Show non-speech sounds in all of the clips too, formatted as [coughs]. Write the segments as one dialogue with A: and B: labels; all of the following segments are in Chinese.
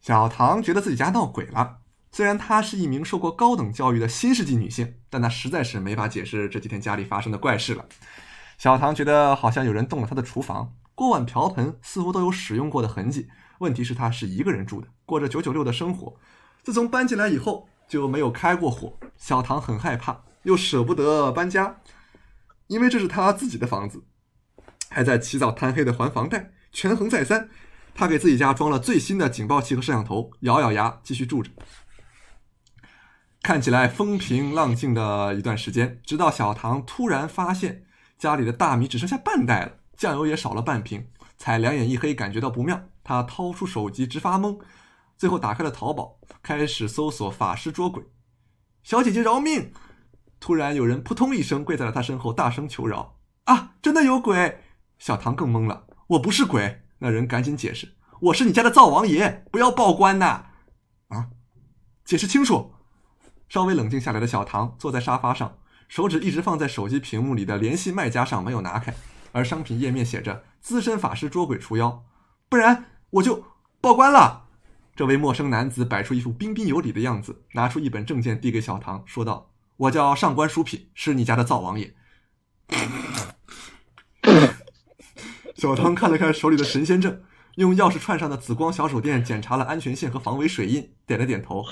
A: 小唐觉得自己家闹鬼了。虽然她是一名受过高等教育的新世纪女性，但她实在是没法解释这几天家里发生的怪事了。小唐觉得好像有人动了她的厨房，锅碗瓢盆似乎都有使用过的痕迹。问题是她是一个人住的，过着九九六的生活。自从搬进来以后就没有开过火。小唐很害怕，又舍不得搬家，因为这是他自己的房子，还在起早贪黑的还房贷，权衡再三，他给自己家装了最新的警报器和摄像头，咬咬牙继续住着。看起来风平浪静的一段时间，直到小唐突然发现家里的大米只剩下半袋了，酱油也少了半瓶，才两眼一黑，感觉到不妙。他掏出手机直发懵，最后打开了淘宝，开始搜索法师捉鬼。小姐姐饶命！突然有人扑通一声跪在了他身后，大声求饶。啊，真的有鬼！小唐更懵了，我不是鬼。那人赶紧解释，我是你家的灶王爷，不要报官呐！啊，解释清楚。稍微冷静下来的小唐坐在沙发上，手指一直放在手机屏幕里的联系卖家上，没有拿开。而商品页面写着“资深法师捉鬼除妖”，不然我就报官了。这位陌生男子摆出一副彬彬有礼的样子，拿出一本证件递给小唐，说道：“我叫上官淑品，是你家的灶王爷。”小唐看了看手里的神仙证，用钥匙串上的紫光小手电检查了安全线和防伪水印，点了点头：“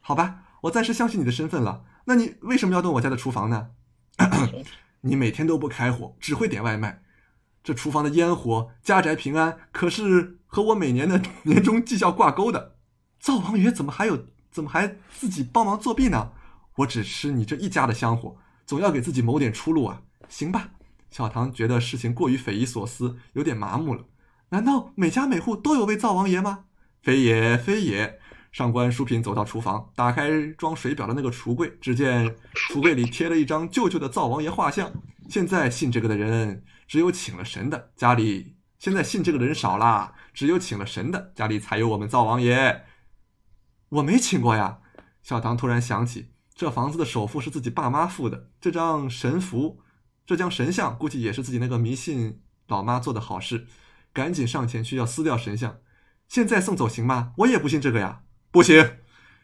A: 好吧。”我暂时相信你的身份了。那你为什么要动我家的厨房呢？ [clears throat] 你每天都不开火，只会点外卖。这厨房的烟火、家宅平安，可是和我每年的年终绩效挂钩的。灶王爷怎么还有？怎么还自己帮忙作弊呢？我只吃你这一家的香火，总要给自己谋点出路啊！行吧。小唐觉得事情过于匪夷所思，有点麻木了。难道每家每户都有位灶王爷吗？非也，非也。上官淑品走到厨房，打开装水表的那个橱柜，只见橱柜里贴了一张舅舅的灶王爷画像。现在信这个的人只有请了神的，家里现在信这个的人少啦，只有请了神的家里才有我们灶王爷。我没请过呀。小唐突然想起，这房子的首付是自己爸妈付的，这张神符，这张神像估计也是自己那个迷信老妈做的好事，赶紧上前去要撕掉神像。现在送走行吗？我也不信这个呀。不行，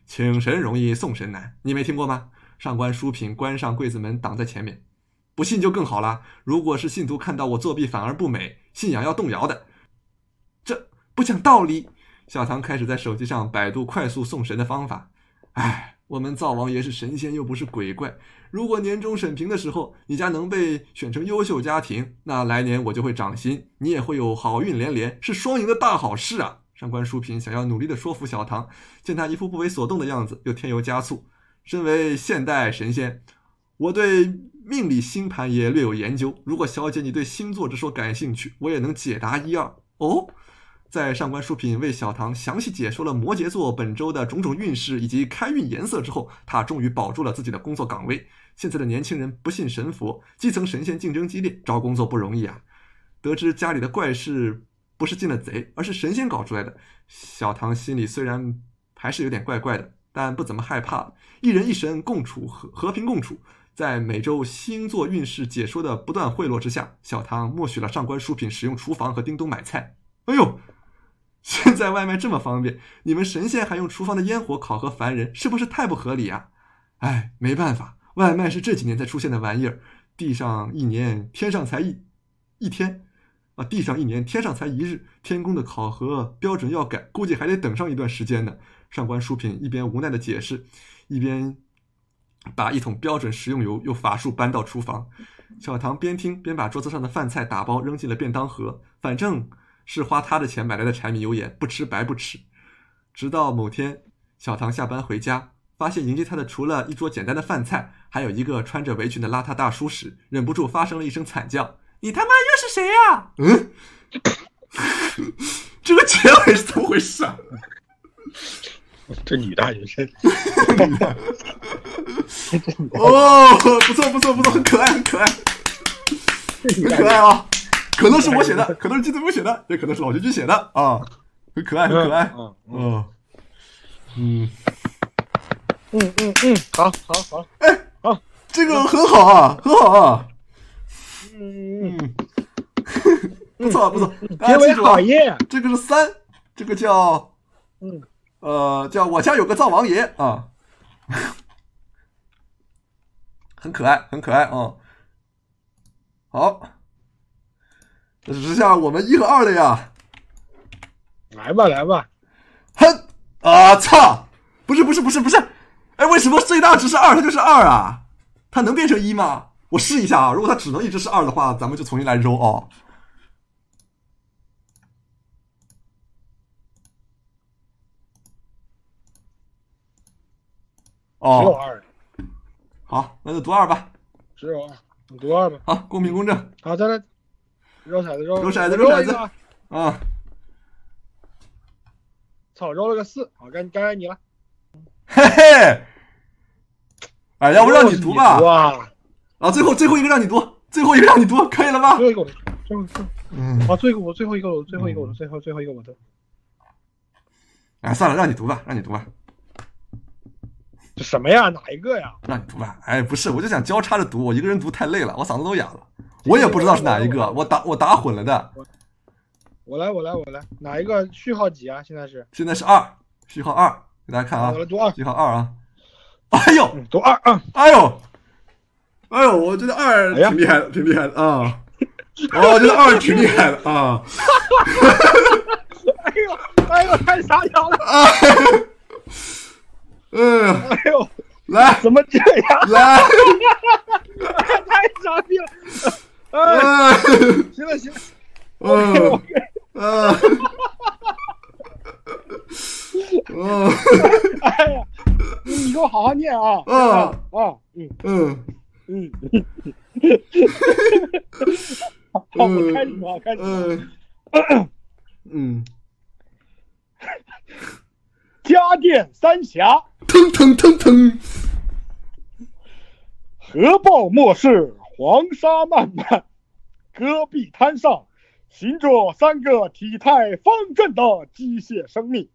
A: 请神容易送神难，你没听过吗？上官淑品关上柜子门，挡在前面。不信就更好啦。如果是信徒看到我作弊，反而不美，信仰要动摇的。这不讲道理。小唐开始在手机上百度快速送神的方法。唉，我们灶王爷是神仙，又不是鬼怪。如果年终审评的时候，你家能被选成优秀家庭，那来年我就会涨薪，你也会有好运连连，是双赢的大好事啊！上官淑品想要努力地说服小唐，见他一副不为所动的样子，又添油加醋。身为现代神仙，我对命理星盘也略有研究。如果小姐你对星座之说感兴趣，我也能解答一二。哦，在上官淑品为小唐详细解说了摩羯座本周的种种运势以及开运颜色之后，他终于保住了自己的工作岗位。现在的年轻人不信神佛，基层神仙竞争激烈，找工作不容易啊。得知家里的怪事。不是进了贼，而是神仙搞出来的。小唐心里虽然还是有点怪怪的，但不怎么害怕。一人一神共处，和和平共处。在每周星座运势解说的不断贿赂之下，小唐默许了上官书品使用厨房和叮咚买菜。哎呦，现在外卖这么方便，你们神仙还用厨房的烟火考核凡人，是不是太不合理啊？哎，没办法，外卖是这几年才出现的玩意儿，地上一年，天上才一一天。啊，地上一年，天上才一日。天宫的考核标准要改，估计还得等上一段时间呢。上官淑品一边无奈的解释，一边把一桶标准食用油用法术搬到厨房。小唐边听边把桌子上的饭菜打包扔进了便当盒，反正是花他的钱买来的柴米油盐，不吃白不吃。直到某天，小唐下班回家，发现迎接他的除了一桌简单的饭菜，还有一个穿着围裙的邋遢大叔时，忍不住发生了一声惨叫。你他妈又是谁呀、啊？嗯， [laughs] 这个结尾是怎么回事啊？
B: [laughs] 这女大学生，
A: 哦，不错不错不错，很可爱很可爱，很可爱啊！可能是我写的，可能是金子波写的，也可能是老菊菊写的啊，很可爱很可爱，嗯嗯
B: 嗯嗯嗯，好好好，
A: 哎
B: 好，
A: 这个很好啊，很好啊。
B: 嗯
A: 嗯，啊不错不错，
B: 结尾好耶！
A: 这个是三，这个叫
B: 嗯
A: 呃，叫我家有个灶王爷啊，很可爱，很可爱啊。好，只剩下我们一和二了呀。
B: 来吧，来吧。
A: 哼啊操！不是不是不是不是，哎，为什么最大值是二，它就是二啊？它能变成一吗？我试一下啊，如果它只能一直是二的话，咱们就重新来揉哦。
B: 只有
A: 哦，
B: 二，
A: 好，那就读二吧。
B: 只有二，你读二吧。
A: 好，公平公正
B: 好，再来，扔骰子，扔
A: 揉骰子
B: 扔
A: 揉骰
B: 一
A: 子
B: 个啊。
A: 啊。
B: 操，扔了个四。好，该该你了。
A: 嘿嘿，哎，要不让你读吧
B: 又是你读？啊，
A: 啊，最后最后一个让你读，最后一个让你读，可以了吧
B: 最？后一个我的，最后一个
A: 嗯，
B: 啊，最后一个我最后一个我的最后一个我的最后最后一个我的，
A: 哎，算了，让你读吧，让你读吧，
B: 这什么呀？哪一个呀？
A: 让你读吧。哎，不是，我就想交叉着读，我一个人读太累了，我嗓子都哑了。我也不知道是哪一个，我打我打混了的。
B: 我来，我来，我来，哪一个序号几啊？现在是，
A: 现在是二，序号二，给大家看啊
B: 我，来读二，
A: 序号二啊。哎呦，
B: 嗯，读二啊，
A: 哎呦，哎呦，我觉得二挺厉害的，挺厉害的啊。哦，我觉得二挺厉害的啊。
B: 哎呦，哎呦，太沙哑了，
A: 嗯，
B: 哎呦，
A: 来
B: 怎么这样？
A: 来，
B: 太傻逼了，哎，
A: 嗯
B: 行了行了，
A: 嗯嗯嗯
B: 哎呀，你给我好好念啊，
A: 嗯
B: 啊，嗯
A: 嗯
B: 嗯，好，我开始
A: 嗯
B: 吧，开始吧，
A: 嗯嗯，
B: 家电三峡，
A: 腾腾腾腾，
B: 核爆末世，黄沙漫漫，戈壁滩上，行着三个体态方正的机械生命，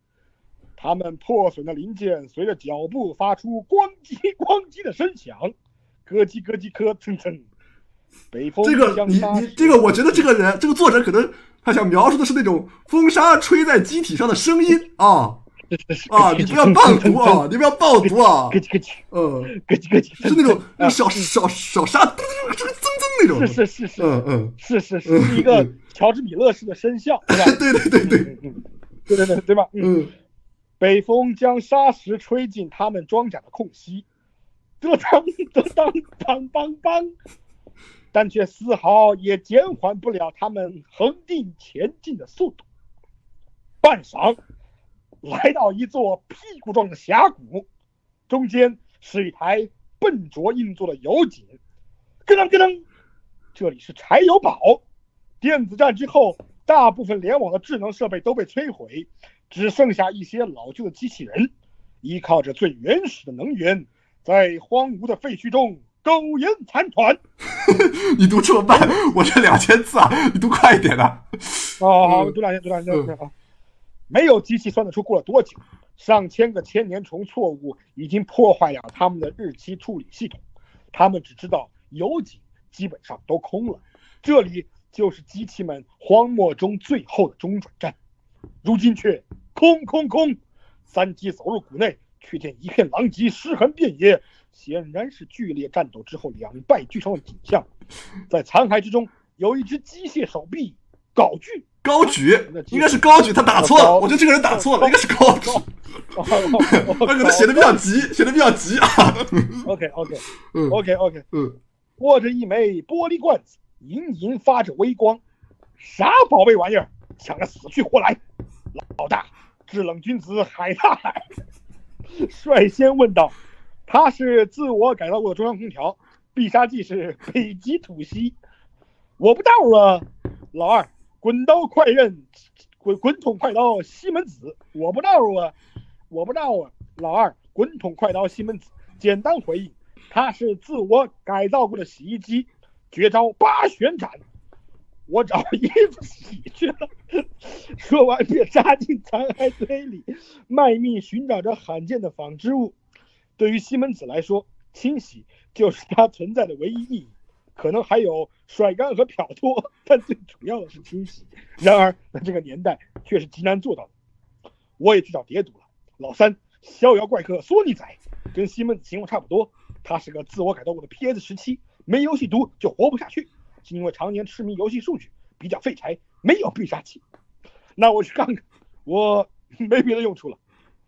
B: 它们破损的零件随着脚步发出咣叽咣叽的声响，咯叽咯叽咯蹭蹭。北风
A: 这个
B: 将
A: 你
B: 它
A: 你这个，我觉得这个人这个作者可能他想描述的是那种风沙吹在机体上的声音啊啊！你不要棒读啊，你不要暴读啊
B: 咯，叽咯叽
A: 嗯，
B: 咯叽咯叽，
A: 是那种
B: 蹭
A: 那种小小小沙噔噔噔那种
B: 蹭，是是是是
A: 嗯嗯，
B: 是是是是一个乔治米勒式的声效，对吧？
A: 对对对对，
B: 嗯嗯，对对对对吧？嗯。
A: 嗯。
B: 北风将沙石吹进他们装甲的空隙，得当得当当当当，但却丝毫也减缓不了他们恒定前进的速度。半晌，来到一座屁股状的峡谷，中间是一台笨拙硬座的油井，咯噔咯噔，这里是柴油堡。电子战之后，大部分联网的智能设备都被摧毁，只剩下一些老旧的机器人，依靠着最原始的能源，在荒芜的废墟中苟延残喘。
A: 你读这么慢，我这两千字啊，你读快一点啊。
B: [laughs] 哦，好，读两天，读两天，读两天。没有机器算得出过了多久，上千个千年虫错误已经破坏了他们的日期处理系统，他们只知道油井基本上都空了，这里就是机器们荒漠中最后的中转站，如今却空空空，三机走入谷内，却见一片狼藉，尸横遍野，显然是剧烈战斗之后两败俱伤的景象，在残骸之中有一只机械手臂搞锯。
A: 高举应该是高举，他打错了，我觉得这个人打
B: [laughs]
A: 错了，应该是高举，
B: 哦
A: 他可能写的比较急，写的比较急啊。
B: OK OK
A: 嗯
B: OK OK，
A: 嗯，
B: 握着一枚玻璃罐子，隐隐发着微光，啥宝贝玩意儿，抢得死去活来。老大，制冷君子海大海率先问道：“他是自我改造过的中央空调，必杀技是北极土吸。”我不道啊，老二，滚刀快刃，滚滚筒快刀西门子，我不道啊，我不道啊，老二，滚筒快刀西门子，简单回应，他是自我改造过的洗衣机，绝招八旋斩。我找衣服洗去了。 [laughs] 说完便扎进残骸堆里，卖命寻找着罕见的纺织物。对于西门子来说，清洗就是它存在的唯一意义，可能还有甩干和漂脱，但最主要的是清洗。然而，在这个年代却是极难做到的。我也去找叠毒了，老三，逍遥怪客索尼仔，跟西门子情况差不多。他是个自我改造过的 PS 时期，没游戏读就活不下去，是因为常年痴迷游戏数据，比较废柴，没有必杀技。那我去看看，我没别的用处了。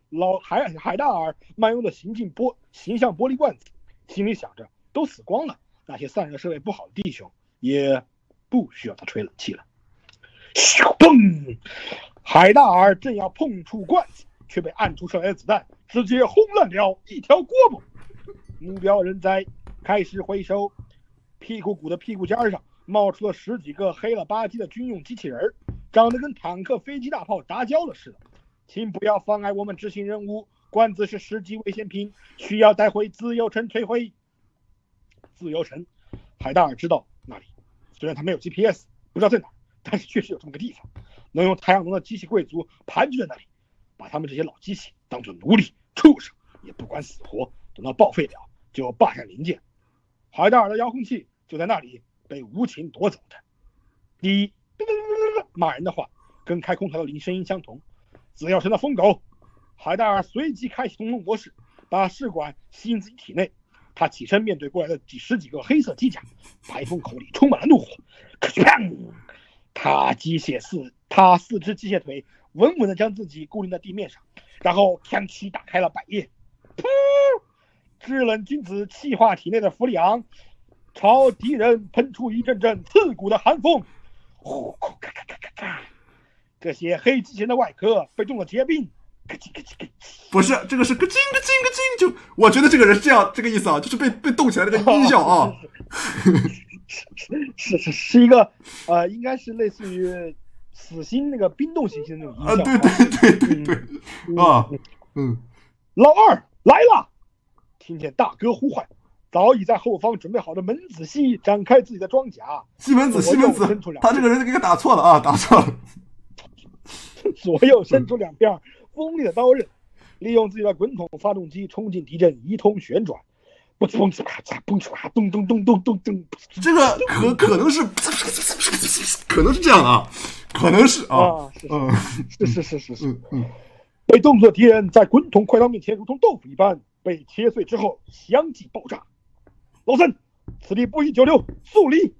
B: 老海海大尔漫游的行进玻形象玻璃罐子，心里想着都死光了，那些散热设备不好的弟兄也不需要他吹冷气了。咻嘣！海大尔正要碰触罐子，却被暗出射来的子弹直接轰烂掉一条胳膊。目标人哉开始回收，屁股骨的屁股尖儿上冒出了十几个黑了吧唧的军用机器人儿，长得跟坦克、飞机、大炮杂交了似的。请不要妨碍我们执行任务，罐子是十级危险品，需要带回自由城摧毁。自由城，海大尔知道那里，虽然他没有 GPS，不知道在哪儿，但是确实有这么个地方，能用太阳能的机器贵族盘踞在那里，把他们这些老机器当做奴隶、畜生，也不管死活，等到报废掉就霸占零件。海大尔的遥控器就在那里被无情夺走的。第一，骂人的话跟开空调的铃声音相同。只要成了疯狗，海大尔随即开启通风模式，把试管吸进自己体内。他起身面对过来的几十几个黑色机甲，排风口里充满了怒火。可砰！他机械四他四只机械腿稳稳地将自己固定在地面上，然后枪气打开了百叶。噗！制冷君子气化体内的氟利昂，朝敌人喷出一阵阵刺骨的寒风。呼！咔咔咔咔咔！这些黑机器人的外壳被冻得结冰，咯叽咯叽咯叽。
A: 不是，这个是咯吱咯吱咯吱，就我觉得这个人是这样这个意思啊，就是被被冻起来那个音效
B: [laughs]
A: 啊。
B: 是是是一个呃，应该是类似于死星那个冰冻行星那种音
A: 啊，
B: 效。
A: 对对对对
B: 嗯
A: 对啊，嗯，
B: 老二来了！听见大哥呼唤，早已在后方准备好的门子西展开自己的装甲，
A: 西门子
B: 我
A: 西
B: 又
A: 门子
B: 伸出，两
A: 他这个人给打错了啊，打错了。
B: 左右伸出两片锋利的刀刃，利用自己的滚筒发动机冲进敌阵，一通旋转，不哧嘣哧啪嚓，嘣哧啪，咚咚咚咚咚咚。
A: 这个可可能是，可能是这样啊，可能是啊，
B: 啊，是
A: 嗯
B: 是是是是是
A: 嗯，嗯，
B: 被动作敌人在滚筒快刀面前如同豆腐一般被切碎之后相继爆炸。老三，此地不宜久留，速离！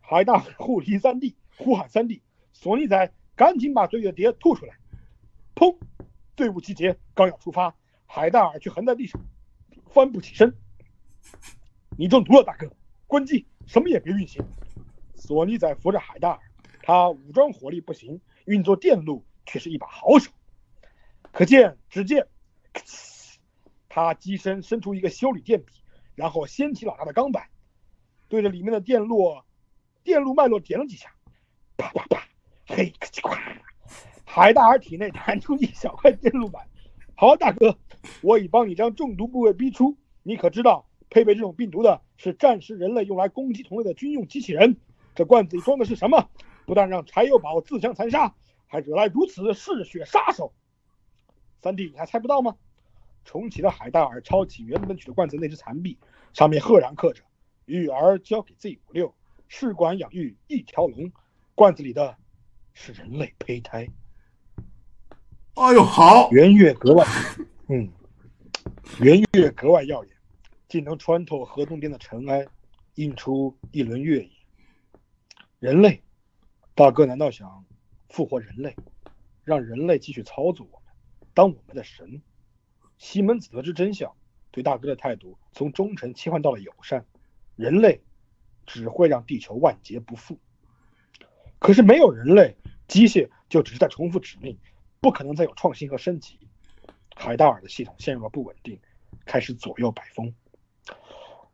B: 海大护离三弟呼喊三弟，索尼仔赶紧把嘴里的碟吐出来。砰！队伍集结，刚要出发，海大尔却横在地上，翻不起身。你中毒了，大哥！关机，什么也别运行。索尼仔扶着海大尔，他武装火力不行，运作电路却是一把好手。可见，只见咔呲他机身伸出一个修理电笔，然后掀起老大的钢板，对着里面的电路电路脉络点了几下，啪啪啪，嘿，咔叽咔，海大尔体内弹出一小块电路板。好，大哥，我已帮你将中毒部位逼出。你可知道，配备这种病毒的是战时人类用来攻击同类的军用机器人。这罐子里装的是什么？不但让柴油宝自相残杀，还惹来如此嗜血杀手。三弟，你还猜不到吗？重启的海大尔抄起原本取的罐子那只残臂，上面赫然刻着“育儿交给 Z 五六，试管养育一条龙”，罐子里的是人类胚胎。
A: 哎呦，好，
B: 圆月格外， [laughs] 嗯，圆月格外耀眼，竟能穿透河东边的尘埃，映出一轮月影。人类，大哥难道想复活人类，让人类继续操纵我们，当我们的神？西门子得知真相，对大哥的态度从忠诚切换到了友善。人类只会让地球万劫不复。可是没有人类，机械就只是在重复指令，不可能再有创新和升级。海大尔的系统陷入了不稳定，开始左右摆风。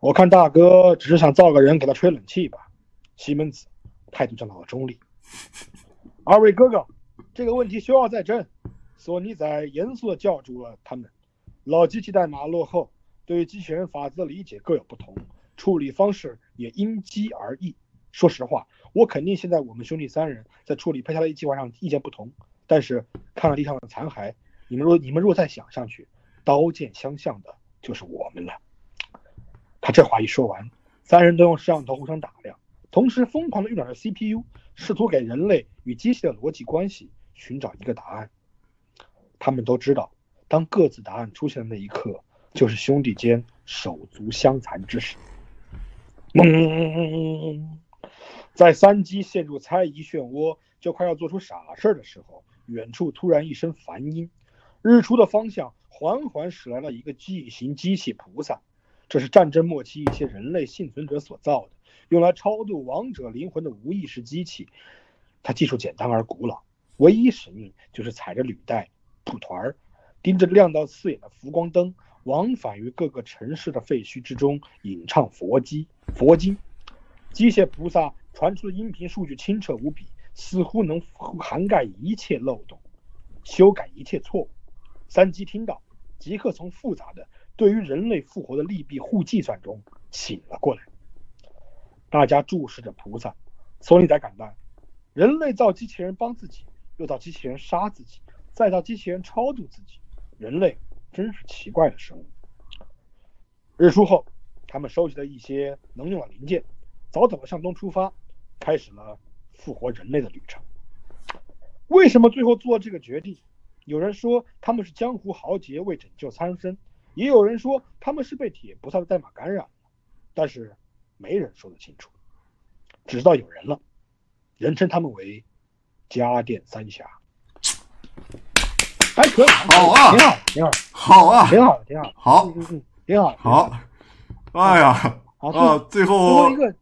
B: 我看大哥只是想造个人给他吹冷气吧。西门子态度站到了中立。二位哥哥，这个问题休要再争。索尼仔严肃地叫住了他们。老机器代码落后，对于机器人法则的理解各有不同，处理方式也因机而异。说实话，我肯定现在我们兄弟三人在处理佩夏雷计划上意见不同，但是看了地上的残骸，你们若你们若再想上去，刀剑相向的就是我们了。他这话一说完，三人都用摄像头互相打量，同时疯狂地运转着 CPU，试图给人类与机械的逻辑关系寻找一个答案。他们都知道，当各自答案出现的那一刻，就是兄弟间手足相残之时。嗯，在三鸡陷入猜疑漩涡，就快要做出傻事儿的时候，远处突然一声梵音，日出的方向缓缓驶来了一个巨型机器菩萨，这是战争末期一些人类幸存者所造的，用来超度亡者灵魂的无意识机器。它技术简单而古老，唯一使命就是踩着履带、蒲团儿，盯着亮到刺眼的浮光灯，往返于各个城市的废墟之中，吟唱佛经。佛经，机械菩萨传出的音频数据清澈无比，似乎能涵盖一切漏洞，修改一切错误。三基听到，即刻从复杂的对于人类复活的利弊互计算中醒了过来。大家注视着菩萨，索尼仔感叹：人类造机器人帮自己，又造机器人杀自己，再造机器人超度自己，人类真是奇怪的生物。日出后，他们收集了一些能用的零件，早早的向东出发，开始了复活人类的旅程。为什么最后做这个决定？有人说他们是江湖豪杰为拯救苍生，也有人说他们是被铁菩萨的代码感染了，但是没人说得清楚，直到有人了，人称他们为“家电
A: [laughs]
B: 三侠”。还可以，
A: 好啊
B: 挺好，挺好，
A: 好啊，
B: 挺好，挺好，
A: 好
B: 嗯，嗯嗯，挺好，挺
A: 好，哎呀，
B: 好，哦最
A: 啊最
B: 后，最后
A: 后
B: 一个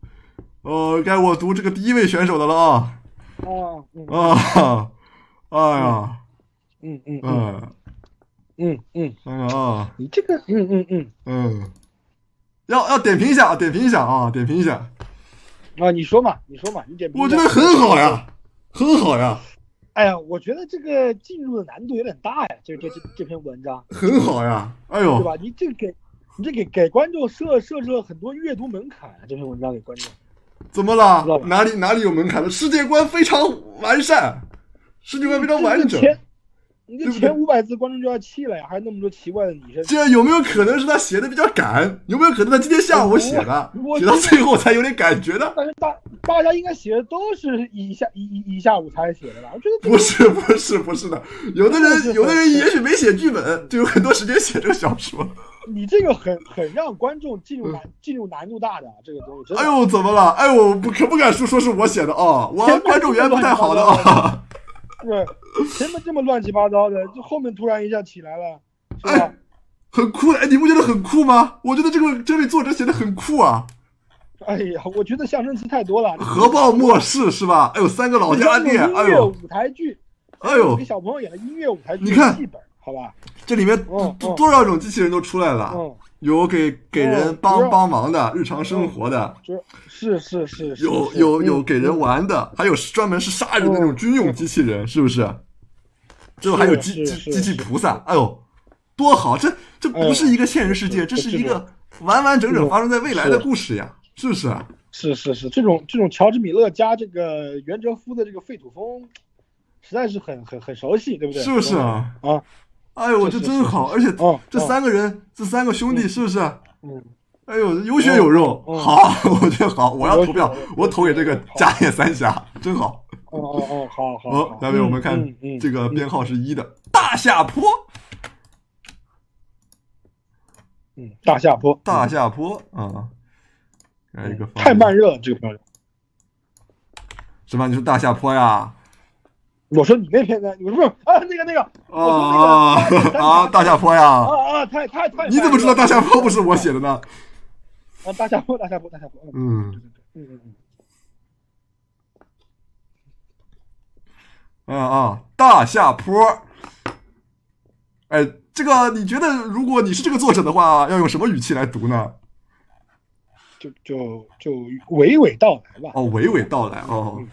A: 呃，该我读这个第一位选手的了啊
B: 啊，嗯
A: 啊，哎呀，
B: 嗯嗯嗯
A: 嗯，
B: 嗯嗯，
A: 哎呀，
B: 你这个嗯嗯嗯
A: 嗯，要要点评一下，点评一下啊，点评一下，
B: 啊，你说嘛，你说嘛，你点评一
A: 我
B: 下
A: 觉得很好。呀，很好呀，
B: 哎呀，我觉得这个进入的难度有点大呀，这这这这篇文章，
A: 很好呀，哎
B: 对
A: 呦，
B: 吧？你这个给，你这给给观众设设置了很多阅读门槛啊，这篇文章给观众。
A: 怎么了
B: 知道吧？
A: 哪里哪里有门槛了？世界观非常完善，世界观非常完
B: 这
A: 整。
B: 前，你这
A: 对不对
B: 前五百字观众就要气了呀，还有那么多奇怪的拟声词。
A: 这有没有可能是他写的比较赶？有没有可能他今天下午写的
B: 我，我
A: 写到最后才有点感觉的？
B: 但是大大家应该写的都是一下一一一下午才写的吧？我觉得这个
A: 不是 [laughs] 不是不是的，有的
B: 是是
A: 人
B: 是
A: 有的人也许没写剧本，就有很多时间写这个小说。
B: 你这个很很让观众进入难进入难度大的啊这个东西，真的
A: 嗯哎呦，怎么了？哎呦，不可不敢说说是我写的啊，
B: [laughs]
A: 我观众缘不太好的啊。 [laughs]
B: 是前面这么乱七八糟的，就后面突然一下起来了，是吧？
A: 哎很酷的，哎，你不觉得很酷吗？我觉得这个这位作者写的很酷啊，
B: 哎呀，我觉得象声词太多了。
A: 核爆末世是吧？哎呦，三个老
B: 这
A: 家暗
B: 像
A: 恋，哎
B: 音乐
A: 呦，
B: 舞台剧，
A: 哎呦
B: 给，小朋友演的音乐舞台剧
A: 你看
B: 剧本，好吧？
A: 这里面
B: 嗯
A: 多
B: 嗯
A: 多少种机器人都出来了，
B: 嗯，
A: 有给给人
B: 嗯
A: 帮
B: 是
A: 帮忙的，日常生活的，
B: 是是是是，
A: 有
B: 是
A: 有
B: 嗯
A: 有给人玩的，还有专门是杀人的那种军用机器人，是不是？最后还有机
B: 哦是
A: 机
B: 是
A: 机器
B: 是
A: 菩萨，哎呦，多好！这这
B: 哎
A: 不
B: 呦
A: 是一个现实世界，
B: 是
A: 这
B: 这
A: 是
B: 这
A: 一
B: 种
A: 个完完整整
B: 种
A: 发生在未来的
B: 是
A: 故事呀，是不是啊？
B: 是是是，这种这种乔治米勒加这个袁哲夫的这个废土风，实在是很很很熟悉，对不对？
A: 是不是？啊？
B: 啊，
A: 哎呦，这
B: 是是
A: 真
B: 是
A: 好，而且
B: 嗯，
A: 这
B: 嗯
A: 三个人，这三个兄弟是不是？啊
B: 嗯，
A: 哎呦，有血有肉，
B: 嗯嗯
A: 好， [laughs] 我觉得好，我要
B: 有
A: 投
B: 血
A: 票
B: 有肉，
A: 我投给这个
B: 好
A: 家业三侠，真好。
B: 哦哦哦，好好
A: 好
B: 好，，
A: 下面我们看
B: 嗯嗯嗯
A: 这个编号是一的大下坡，
B: 嗯大下坡，
A: 大下坡啊，来嗯一个
B: 太
A: 慢
B: 慢热了，这个朋友。
A: 什么？你说大下坡呀？
B: 我说你那篇呢？我说不是啊，那个那个
A: 啊
B: 我说那个
A: 啊，大下坡
B: [laughs]
A: 呀！
B: 啊啊，太太太，
A: 你怎么知道大下坡不是我写的呢？
B: [laughs] 啊？大下坡，大下坡，大下坡，嗯
A: 嗯，
B: 嗯嗯嗯，
A: 啊啊，大下坡。哎，这个你觉得，如果你是这个作者的话，要用什么语气来读呢？
B: 就就就娓娓道来吧。
A: 哦，娓娓道来哦
B: 嗯，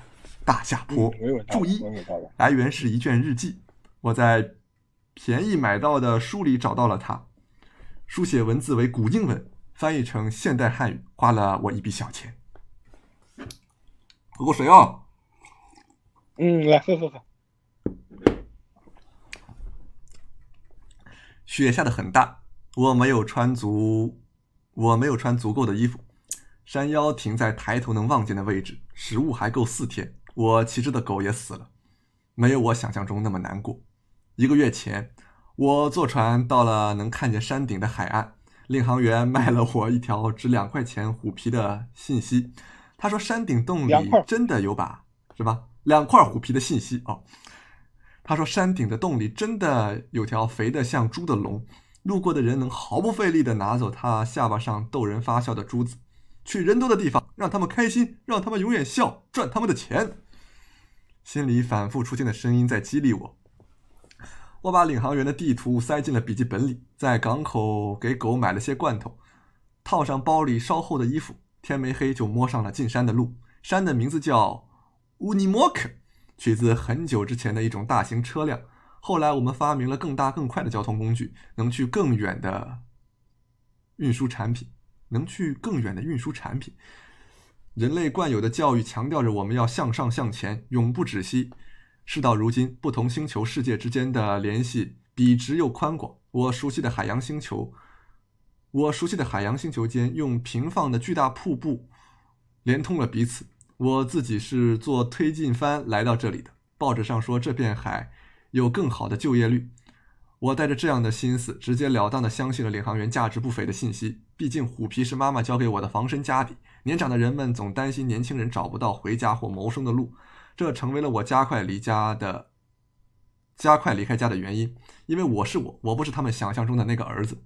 A: 大下
B: 嗯，
A: 坡。
B: 娓娓道来，
A: 注意
B: 娓娓道来。
A: 来源是一卷日记，我在便宜买到的书里找到了它。书写文字为古英文，翻译成现代汉语，花了我一笔小钱。喝口水啊！
B: 嗯，来喝喝喝。
A: 雪下的很大，我没有穿足，我没有穿足够的衣服。山腰停在抬头能望见的位置，食物还够四天。我骑着的狗也死了，没有我想象中那么难过。一个月前，我坐船到了能看见山顶的海岸，领航员卖了我一条值两块钱虎皮的信息。他说山顶洞里
B: 两块
A: 真的有把什么两块虎皮的信息哦。他说山顶的洞里真的有条肥得像猪的龙，路过的人能毫不费力地拿走它下巴上逗人发笑的珠子，去人多的地方让他们开心，让他们永远笑，赚他们的钱。心里反复出现的声音在激励我。我把领航员的地图塞进了笔记本里，在港口给狗买了些罐头，套上包里稍厚的衣服，天没黑就摸上了进山的路。山的名字叫乌尼莫克，取自很久之前的一种大型车辆。后来我们发明了更大更快的交通工具，能去更远的运输产品，能去更远的运输产品。人类惯有的教育强调着我们要向上向前，永不止息。事到如今，不同星球世界之间的联系笔直又宽广。我熟悉的海洋星球，我熟悉的海洋星球间用平放的巨大瀑布连通了彼此。我自己是坐推进帆来到这里的，报纸上说这片海有更好的就业率。我带着这样的心思，直截了当地相信了领航员价值不菲的信息。毕竟虎皮是妈妈教给我的防身家底，年长的人们总担心年轻人找不到回家或谋生的路，这成为了我加快离家的加快离开家的原因。因为我是我，我不是他们想象中的那个儿子。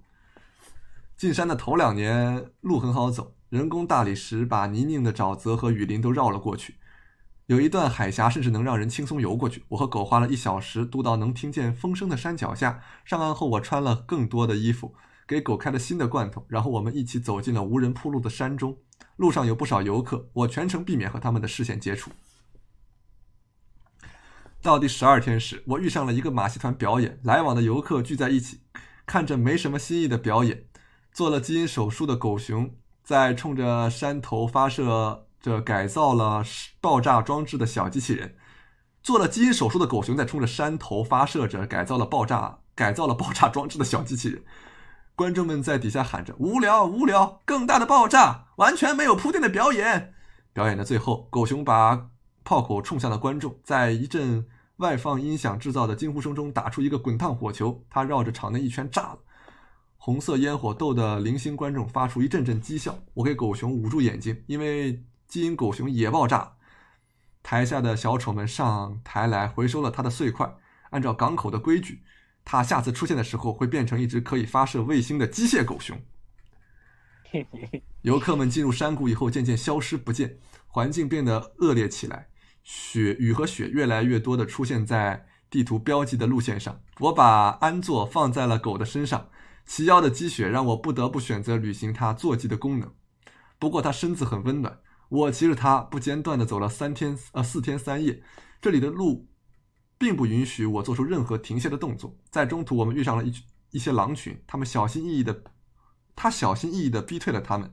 A: 进山的头两年路很好走，人工大理石把泥泞的沼泽和雨林都绕了过去。有一段海峡甚至能让人轻松游过去。我和狗花了一小时渡到能听见风声的山脚下。上岸后，我穿了更多的衣服，给狗开了新的罐头，然后我们一起走进了无人铺路的山中。路上有不少游客，我全程避免和他们的视线接触。到第十二天时，我遇上了一个马戏团表演，来往的游客聚在一起，看着没什么新意的表演。做了基因手术的狗熊，在冲着山头发射着改造了爆炸装置的小机器人。做了基因手术的狗熊在冲着山头发射着改造了爆炸改造了爆炸装置的小机器人。观众们在底下喊着“无聊，无聊，更大的爆炸，完全没有铺垫的表演。”表演的最后，狗熊把炮口冲向了观众，在一阵外放音响制造的惊呼声中打出一个滚烫火球，它绕着场内一圈炸了。红色烟火逗得零星观众发出一阵阵讥笑。我给狗熊捂住眼睛，因为基因狗熊也爆炸了。台下的小丑们上台来回收了它的碎块。按照港口的规矩，它下次出现的时候会变成一只可以发射卫星的机械狗熊。游客们进入山谷以后，渐渐消失不见，环境变得恶劣起来。雪雨和雪越来越多的出现在地图标记的路线上。我把鞍座放在了狗的身上，齐腰的积雪让我不得不选择履行它坐骑的功能。不过它身子很温暖，我骑着它不间断地走了三天呃四天三夜。这里的路并不允许我做出任何停歇的动作。在中途，我们遇上了一群一些狼群，他们小心翼翼的，他小心翼翼的逼退了他们。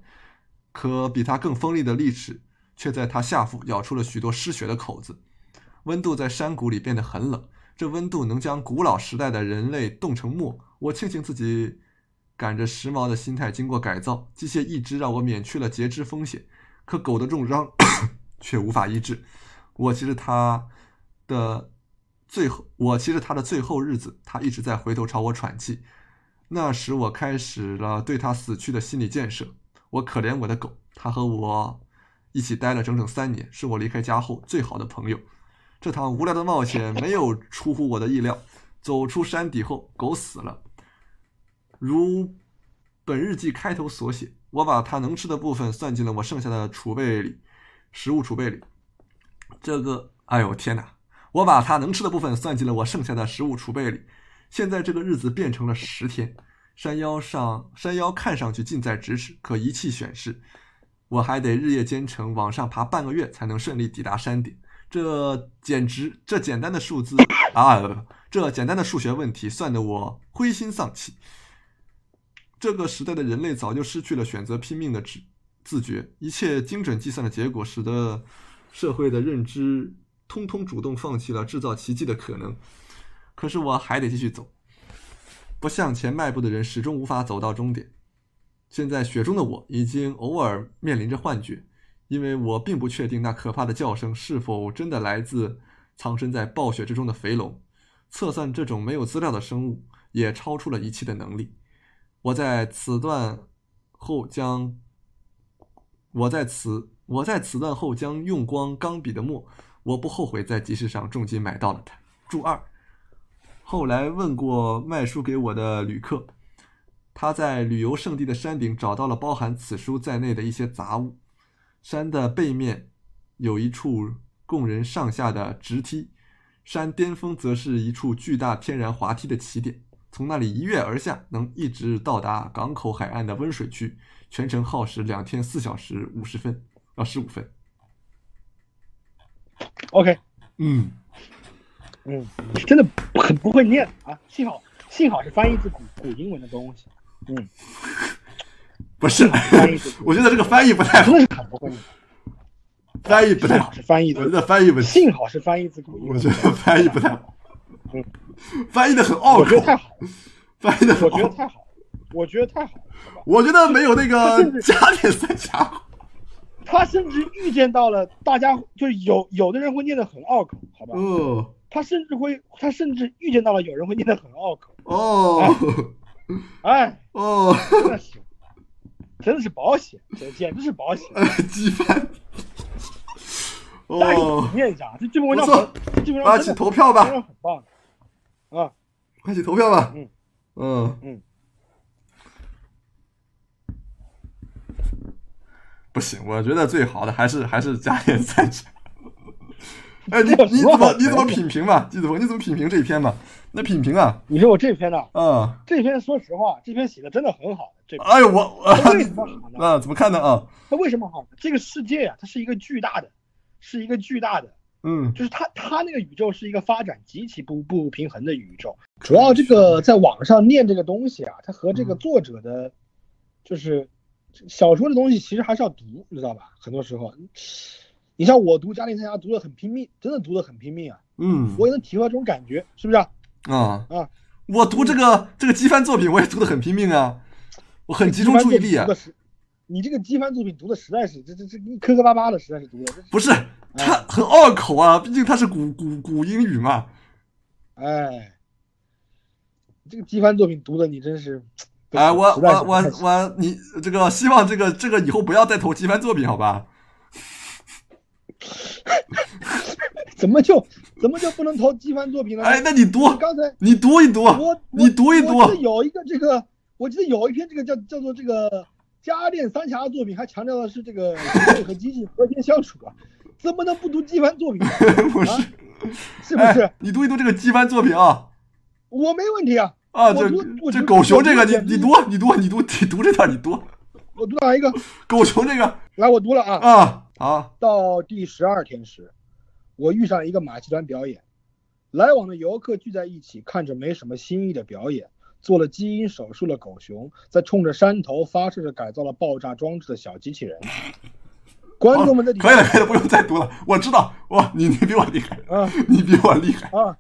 A: 可比它更锋利的利齿却在它下腹咬出了许多失血的口子。温度在山谷里变得很冷，这温度能将古老时代的人类冻成沫。我庆幸自己赶着时髦的心态经过改造，机械义肢让我免去了截肢风险，可狗的重伤 [coughs] 却无法医治。我骑着它的最后，我骑着它的最后日子，它一直在回头朝我喘气。那时我开始了对它死去的心理建设。我可怜我的狗，它和我一起待了整整三年，是我离开家后最好的朋友。这趟无聊的冒险没有出乎我的意料。走出山底后，狗死了。如本日记开头所写，我把它能吃的部分算进了我剩下的储备里，食物储备里。这个，哎呦天哪！我把它能吃的部分算进了我剩下的食物储备里。现在这个日子变成了十天，山腰上山腰看上去近在咫尺，可一气选示。我还得日夜兼程，往上爬半个月才能顺利抵达山顶。这简直，这简单的数字啊，这简单的数学问题算得我灰心丧气。这个时代的人类早就失去了选择拼命的自自觉，一切精准计算的结果，使得社会的认知通通主动放弃了制造奇迹的可能。可是我还得继续走，不向前迈步的人始终无法走到终点。现在雪中的我已经偶尔面临着幻觉，因为我并不确定那可怕的叫声是否真的来自藏身在暴雪之中的肥龙。测算这种没有资料的生物，也超出了仪器的能力。我在此段后将，我在此我在此段后将用光钢笔的墨，我不后悔在集市上重金买到了它。注二，后来问过卖书给我的旅客，他在旅游胜地的山顶找到了包含此书在内的一些杂物。山的背面有一处供人上下的直梯，山巅峰则是一处巨大天然滑梯的起点。从那里一跃而下，能一直到达港口海岸的温水区，全程耗时两天四小时五十分到十五分。
B: OK，
A: 嗯，
B: 嗯，真的很不会念啊，幸好幸好是翻译自古古英文的东西，嗯，
A: 不是， [laughs]
B: 翻译自古，
A: 我觉得这个翻译不太好
B: 真，的是很不会念，
A: 翻译不太
B: 幸好
A: 好，
B: 是翻译
A: 我觉
B: 自，
A: 得翻译问题，
B: 幸好是翻译自古英
A: 我
B: 文
A: 觉
B: 的
A: 得
B: 东西，
A: 翻译不太好
B: 嗯，
A: 翻译的很拗
B: 我
A: 口
B: 觉得，太好了，
A: 翻译的很
B: 我觉得
A: 拗口，
B: 太好了， [laughs] 我觉得太好了，是吧？
A: 我觉得没有那
B: 甚
A: 个
B: 至
A: 加点三峡
B: [laughs]
A: 好。
B: 他甚至预见到了大家就是有有的人会念得很拗口，好吧？
A: 哦
B: 他甚至会，他甚至预见到了有人会念得很拗口，
A: 哦
B: 哎，
A: 哦，
B: 真的是， [laughs] 真的是保险，简简直是保险。
A: 呃机翻，
B: 大家
A: 哦
B: 一起。念一下啊，这这篇文章
A: 不错
B: 很，这篇文
A: 发
B: 章
A: 起
B: 真的
A: 投票
B: 很
A: 吧，
B: 很棒啊！
A: 发起投票吧。
B: 嗯
A: 嗯
B: 嗯
A: 不行，我觉得最好的还是还是加点赛制。
B: [laughs]
A: 哎，你
B: 这有
A: 你
B: 什么
A: 怎
B: 好
A: 么你怎么
B: 评的
A: 品评吧？季子鹏，你怎么品评这一篇吧？那品评啊，
B: 你说我这篇呢？
A: 嗯，
B: 这篇说实话，这篇写的真的很好。这篇
A: 哎呦我
B: 它为什么好呢？
A: [laughs] 啊，怎么看的啊？
B: 它为什么好呢？这个世界呀、它是一个巨大的，是一个巨大的，
A: 嗯
B: 就是它它那个宇宙是一个发展极其不不平衡的宇宙。主要这个在网上念这个东西啊，它和这个
A: 嗯
B: 作者的，就是小说的东西其实还是要读，你知道吧？很多时候，你像我读《家庭参加》读的很拼命，真的读的很拼命啊，
A: 嗯
B: 我也能体会到这种感觉，是不是、啊？
A: 啊
B: 啊，
A: 我读这个这个机翻作品，我也读的很拼命啊，我很集中注意力啊
B: 读。的实你这个机翻作品读的实在是这这这磕磕巴巴的，实在是读的，这是
A: 不是，
B: 嗯
A: 它很拗口啊，毕竟它是古古古英语嘛。
B: 哎，这个机翻作品读的你真是，
A: 哎，我
B: 实在是
A: 我
B: 不太
A: 我我，你这个希望这个这个以后不要再投机翻作品，好吧？
B: 怎么就怎么就不能投机翻作品了呢？
A: 哎，那你读，
B: 刚才
A: 你读一读，
B: 我啊
A: 你读一读
B: 我记得有一个这个，我记得有一篇这个叫叫做这个家电三峡的作品，还强调的是这个人类和机器和谐相处啊，怎么能不读机翻作品呢？
A: 不是
B: 啊？是不是
A: 哎？你读一读这个机翻作品啊
B: 我没问题啊，
A: 啊！
B: 我
A: 这
B: 读我
A: 这
B: 读
A: 狗熊这个，
B: 我
A: 你
B: 读简
A: 你
B: 直
A: 读你读啊你读你读这段，你读
B: 我读哪一个？
A: 狗熊这个
B: 来，我读了啊。
A: 啊好，
B: 到第十二天时，我遇上一个马戏团表演，来往的游客聚在一起，看着没什么新意的表演。做了基因手术的狗熊，在冲着山头发射着改造了爆炸装置的小机器人。观众们在底
A: 可以
B: 下
A: 了可以了，不用再读了，我知道，哇，你你比我厉害，
B: 啊
A: [laughs] 你比我厉害
B: 啊！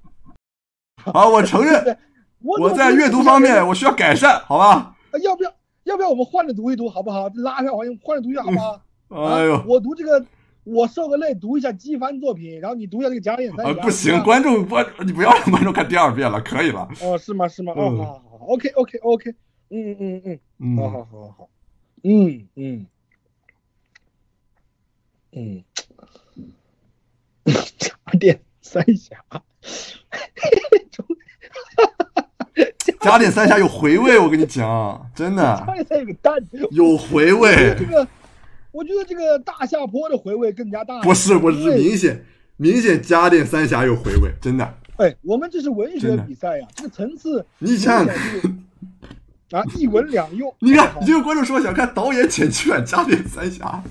A: 啊！我承认
B: 我
A: 我在阅读方面，我需要改善，好吧？
B: 啊要不要要不要我们换着读一读好不好？拉开环境换着读一下好不好？啊
A: 哎呦，
B: 我读这个，我受个累，读一下机翻作品，然后你读一下这个假脸三
A: 啊
B: 侠
A: 不行，
B: 这样
A: 观众观你不要让观众看第二遍了，可以了，
B: 哦是吗是吗？哦
A: 嗯
B: 好好好好，OK OK OK，嗯嗯嗯。
A: 嗯
B: 好好好好，嗯嗯嗯， [laughs] 家电三峡，
A: 加点三峡有回味，我跟你讲，真
B: 家
A: 的
B: 电三峡有个蛋，
A: 有回味
B: 这。个我觉得这个大下坡的回味更加大。
A: 不是，不
B: 因
A: 是
B: 为
A: 明显明显加点三峡有回味，真的。
B: 哎，我们这是文学
A: 真的
B: 比赛呀，这个层次
A: 你想想，
B: 啊，一文两用。
A: [laughs] 你看
B: 好，
A: 你这个观众说想看导演剪辑版加点三峡，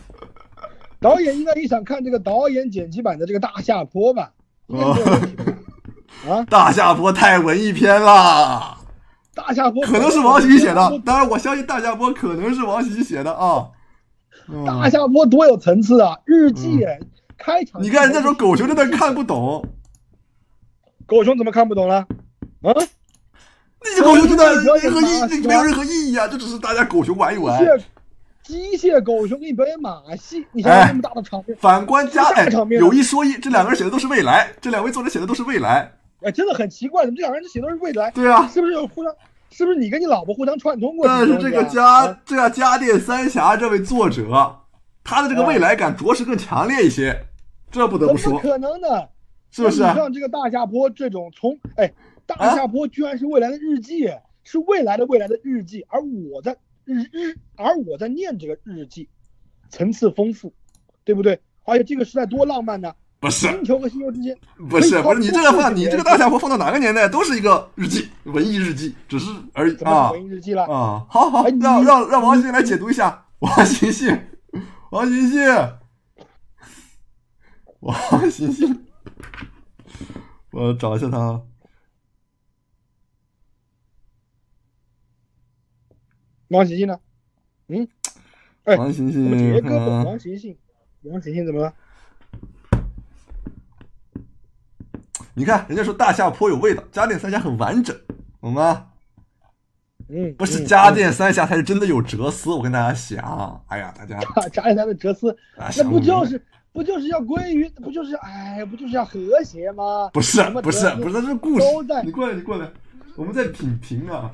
B: 导演应该也想看这个导演剪辑版的这个大下坡吧？应该没有问题
A: 哦
B: 吧？啊，
A: 大下坡太文艺片啦，
B: 大下坡
A: 可能是王喜写
B: 大
A: 的
B: 下坡，
A: 当然我相信大下坡可能是王喜写的啊。嗯
B: 大下坡多有层次啊！日记、开场，
A: 你看人家说狗熊真的看不懂，
B: 狗熊怎么看不懂了？啊，
A: 那狗熊真的
B: 表演
A: 任何意
B: 马戏
A: 那没有任何意义啊，这只是大家狗熊玩一
B: 机
A: 玩。
B: 械机械狗熊给你表演马戏，你想
A: 哎
B: 想那么大的场面，
A: 反观加哎
B: 这个场，面啊
A: 有一说一，这两个人写的都是未来，这两位作者写的都是未来，
B: 哎，真的很奇怪，怎么这两个人写都是未来，
A: 对啊，
B: 是不是有互相？是不是你跟你老婆互相串通过？
A: 但是这个
B: 家。
A: 家这个家电三侠这位作者，他的这个未来感着实更强烈一些，这不得不
B: 怎
A: 说，
B: 么可能呢？
A: 是不是啊
B: 那你像这个大下坡这种从哎，大下坡居然是未来的日记，是未来的未来的日记，而我在日日，而我在念这个日记，层次丰富，对不对？而且这个时代多浪漫呢！
A: 不是，
B: 星球和星球之间，
A: [laughs] 不是，不是，你这个放，
B: 可
A: 你
B: 以靠
A: 这个大下坡放到哪个年代都是一个日记，文艺日记，只是而已
B: 怎么
A: 啊
B: 回日记了？
A: 啊！好好
B: 哎，你
A: 让让让王鑫来解读一下，王鑫信，王鑫信，王鑫信，我找一下他啊。
B: 王行星呢？嗯，哎
A: 王鑫
B: 我
A: 信
B: 们解，决
A: 嗯
B: 胳膊。王行星，王行星怎么了？
A: 你看人家说大下坡有味道，家电三峡很完整，懂吗？
B: 嗯，
A: 不是
B: 嗯
A: 家
B: 嗯
A: 电三峡才是真的有哲思，我跟大家讲，哎呀，大家
B: 啊 [laughs] 家里他的哲思，
A: 啊，
B: 那
A: 想
B: 不
A: 明白
B: 就是不就是要归于不就是哎不就是要和谐吗？
A: 不是啊
B: 什么
A: 不是
B: 哲思
A: 不是，这是故事
B: 都在。
A: 你过来，你过来，我们在品评啊。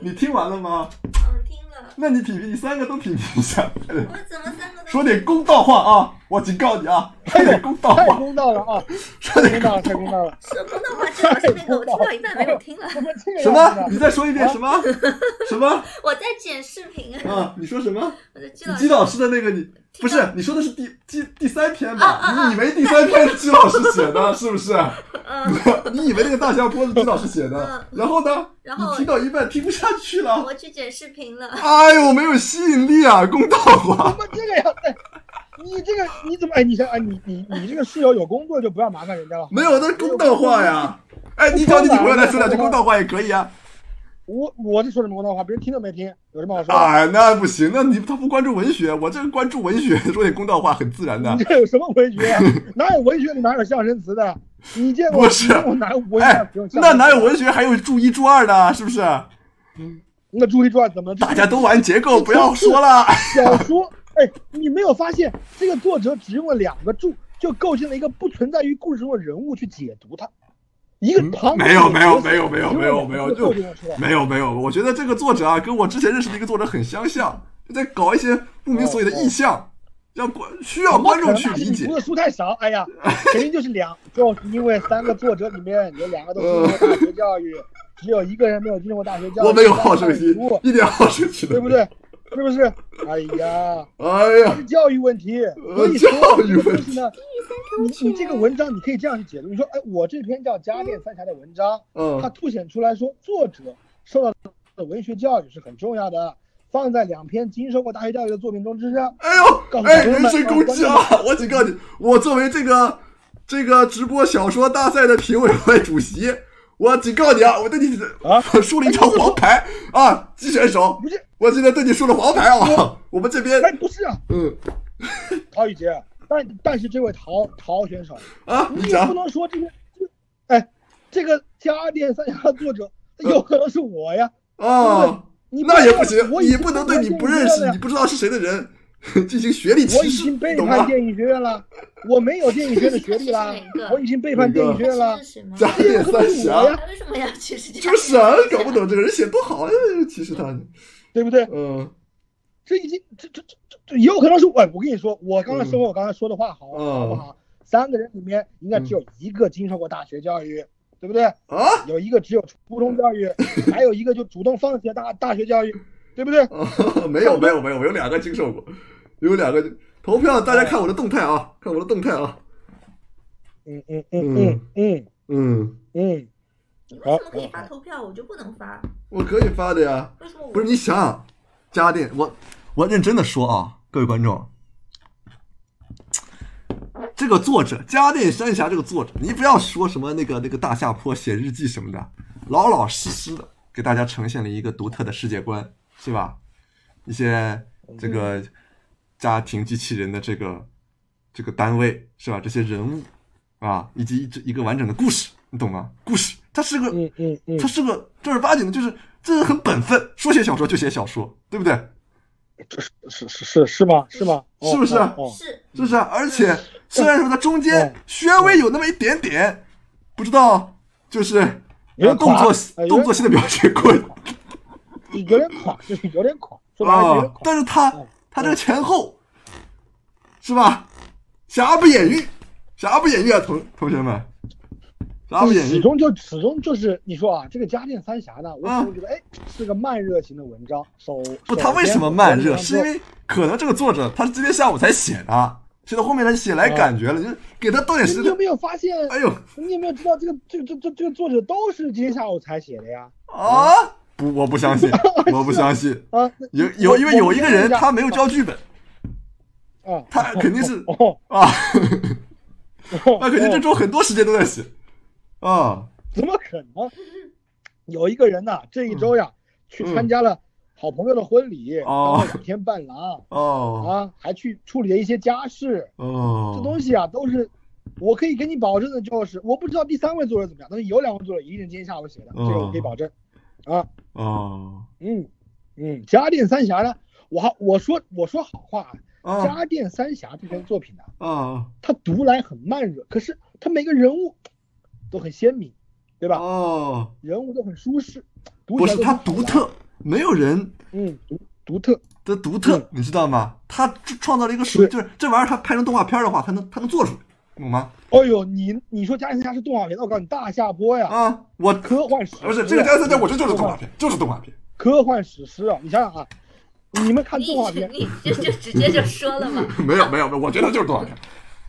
A: 你听完了吗？
C: 嗯，听了。
A: 那你品评，你三个都品评一下，快点
C: 我怎么三个都
A: 说点公道话啊！我警告你啊，说点公道
B: 太
A: 话，
B: 公道了啊！
A: 说
B: 太
A: 点
B: 公道了，太公
A: [laughs]
B: 道了！
C: 说公道话，这好像那个我听到一半没有听了。
B: 怎么这个
A: 什
B: 样子
A: 么？
B: 呢
A: 你再说一遍
B: 啊
A: 什么？什么
C: 我在剪视频 [laughs] 啊，
A: 啊？你说什么？
C: 我在知
A: 你
C: 道
A: 季老师的那个你不
C: 听
A: 是你说的是第第第三篇
C: 啊
A: 吧？
C: 啊啊
A: 你以为第三篇是季老师写的，是不是？ [laughs]
C: 嗯，
A: 你以为那个大下坡是季老师写的
C: 嗯？
A: 然后呢？
C: 然后
A: 你听到一半听不下去了。
C: 我去剪视频了。
A: 哎呦，没有吸引力啊！公道话
B: 怎。么这个样子？你这个你怎么哎？你想哎，你你你这个室友有工作就不要麻烦人家了。
A: [laughs] 没有，那是公道话呀。 [laughs] 哎，你找你女朋友来说两句公道话也可以 [laughs] 啊。
B: 我我这说什么公道话？别人听都没听，有什么好说的？
A: 哎，那不行，那你他不关注文学，我这个关注文学，说点公道话很自然的
B: 你。这有什么
A: [laughs]
B: 文学？哪有文学里哪有象声词的？你见过
A: 不是
B: 你见过哪有文学
A: 哎
B: 不用，象声词的啊
A: 那哪有？文学还有注一注二的，是不 [laughs] 是？
B: 那《朱丽传》怎么了？
A: 大家都玩结构，不要说了。 [laughs]
B: 小说，哎，你没有发现这个作者只用了两个注就构建了一个不存在于故事中的人物去解读它，一个旁
A: 嗯没有没有没有没有没有没有
B: 就
A: 就没有没有，我觉得这个作者啊，跟我之前认识的一个作者很相像，就在搞一些不明所以的意象，要观需要观众去理解
B: 读。的书太少，哎呀， [laughs] 肯定就是两，就是因为三个作者里面有两个
A: 嗯
B: 都经历过大学教育，只有一个人没有经历过大学教育，
A: 我没有好胜心
B: 看书，
A: 一点好胜心
B: 对
A: 都
B: 不
A: 没有。
B: 对？是不是？哎呀，
A: 哎呀
B: 这，是教育问题，所以说
A: 嗯教育
B: 这个
A: 问
B: 东
A: 题
B: 西呢，你你这个文章你可以这样去解读，你说，哎，我这篇叫《家电三峡》的文章，它
A: 嗯，
B: 凸显出来说作者受到的文学教育是很重要的，放在两篇经受过大学教育的作品中之上，
A: 哎呦，哎，人身攻击啊！我警告你，我作为这个这个直播小说大赛的评委会主席，我警告你啊，我对你
B: 啊
A: 输了一张黄牌啊，鸡选手
B: 不是，
A: 我今天对你输了黄牌啊！我们这边，
B: 哎，不是啊，
A: 嗯
B: 陶宇杰，但但是这位陶陶选手，
A: 啊，
B: 你
A: 你
B: 也不
A: 讲，
B: 能说这个，哎，这个家电三峡的作者有可能是我呀，
A: 啊，
B: 你
A: 呃那也不
B: 我
A: 行，
B: 已
A: 你
B: 经
A: 不能
B: 被
A: 对你
B: 电
A: 不
B: 影
A: 认
B: 学
A: 识、
B: 院了
A: 你
B: 呀
A: 不知道是谁的人 [laughs] 进行学历
B: 我
A: 歧
B: 已
A: 视
B: 经，背
A: 懂
B: 叛
A: 吗？
B: 电影学院了，我没有电影学院的学历啦
C: 这是哪，个
B: 我已经背叛电影学院了
C: 这。是什么？
A: 家电三
B: 哎
A: 侠
C: [laughs]
B: 呀，
C: 他为什么要去是这
A: 这个神搞不懂，这个人写多好，哎歧视他，
B: 对不对？
A: 嗯
B: 这已经这这这这这也有可能是我，我跟你说，我刚才说我刚才说的话好、
A: 嗯
B: 好不好？三个人里面应该只有一个经受过大学教育，对不对？
A: 啊。
B: 有一个只有初中教育，还有一个就主动放弃了大大学教育，对不对？
A: 哦， [laughs] 没有没有没有，我有两个经受过，有两个投票，大家看我的动态啊，看我的动态啊，
B: 嗯嗯嗯嗯
A: 嗯，
B: 嗯
C: 你为什么可以发投票，我就不能发？
A: 我可以发的呀，
C: 为什么我
A: 不是你想想，家电，我我认真的说啊，各位观众，这个作者家电三峡这个作者，你不要说什么那个那个大下坡写日记什么的，老老实实的给大家呈现了一个独特的世界观，是吧？一些这个家庭机器人的这个这个单位是吧？这些人物啊，以及一一个完整的故事，你懂吗？故事它是个
B: 嗯嗯嗯
A: 他，是个正儿八经的，就是这人很本分，说写小说就写小说，对不对？
B: 嗯这是是是是是吗？是吗？哦
A: 是不是啊
B: 哦哦
C: 是
A: 是不是啊？而且虽然说他中间
B: 嗯
A: 稍微有那么一点点不知道，就是
B: 有点垮
A: 动作
B: 哎有点
A: 动作戏的表情
B: [laughs]
A: 棍
B: 有点垮，就是有点垮，说白了有点
A: 啊。
B: 垮。
A: 但是他
B: 嗯
A: 他这个前后是吧？瑕不掩瑜，瑕不掩瑜啊，同同学们，瑕不
B: 就是
A: 掩
B: 始
A: 瑜。
B: 终就始终就是你说啊，这个《家电三侠》呢，我
A: 啊
B: 始终觉得哎是个慢热型的文章。首
A: 不，
B: 首
A: 他为
B: 先
A: 什么
B: 我
A: 慢
B: 觉得
A: 热？
B: 这
A: 是因为可能这个作者他是今天下午才写的，写到后面他写来感觉了，就是给他多点时
B: 嗯你有
A: 间。
B: 没有发现？
A: [laughs] 哎呦
B: 你有没有知道这个这个这个这个这个作者都是今天下午才写的呀？
A: 啊！不，我不
B: [laughs]
A: 相信，我不相信。
B: 啊，那
A: 有
B: 我
A: 有，因为有
B: 我
A: 一
B: 们
A: 个
B: 看
A: 人
B: 下
A: 他没有交剧本，
B: 啊，
A: 他肯定是
B: 哦， [laughs]
A: 啊，
B: 那
A: 那肯定这周很多时间都在写啊。
B: 哦怎么可能？有一个人呐、这一周呀、
A: 嗯
B: 去参加了好朋友的婚礼，
A: 哦
B: 当了两天伴郎、
A: 哦
B: 啊，还去处理了一些家事。
A: 哦，
B: 这东西啊，都是我可以跟你保证的，就是我不知道第三位作者怎么样，但是有两位作者一定是今天下午写的，这
A: 哦
B: 个我可以保证。啊，
A: 哦
B: 嗯嗯，家电三侠呢，我好我说我说好话啊，
A: 啊
B: 家电三侠这篇作品呢、
A: 啊
B: 它读来很慢热，可是它每个人物都很鲜明，对吧？
A: 哦，
B: 人物都很舒适，读
A: 不
B: 起来
A: 是
B: 都
A: 他
B: 很好
A: 独
B: 玩，
A: 特，没有人
B: 嗯，独独特，
A: 的独特
B: 嗯，
A: 你知道吗？他创造了一个属于
B: 是
A: 就是这玩意儿，他拍成动画片的话，他能他能做出来，啊懂吗？
B: 哎呦，你你说《家庭家》是动画片，那我告诉你，《大下坡》呀，
A: 啊，我不
B: 科幻史诗啊，
A: 是这个加三加，我这就是
B: 科
A: 动
B: 幻
A: 画片，就是动画片。
B: 科幻史诗啊！你想想啊，你们看
C: 你
B: 动画片，
C: 你就就直接就
B: [laughs]
C: 说了嘛。
B: 哦
A: 没有没有没有，我觉得就是动画片。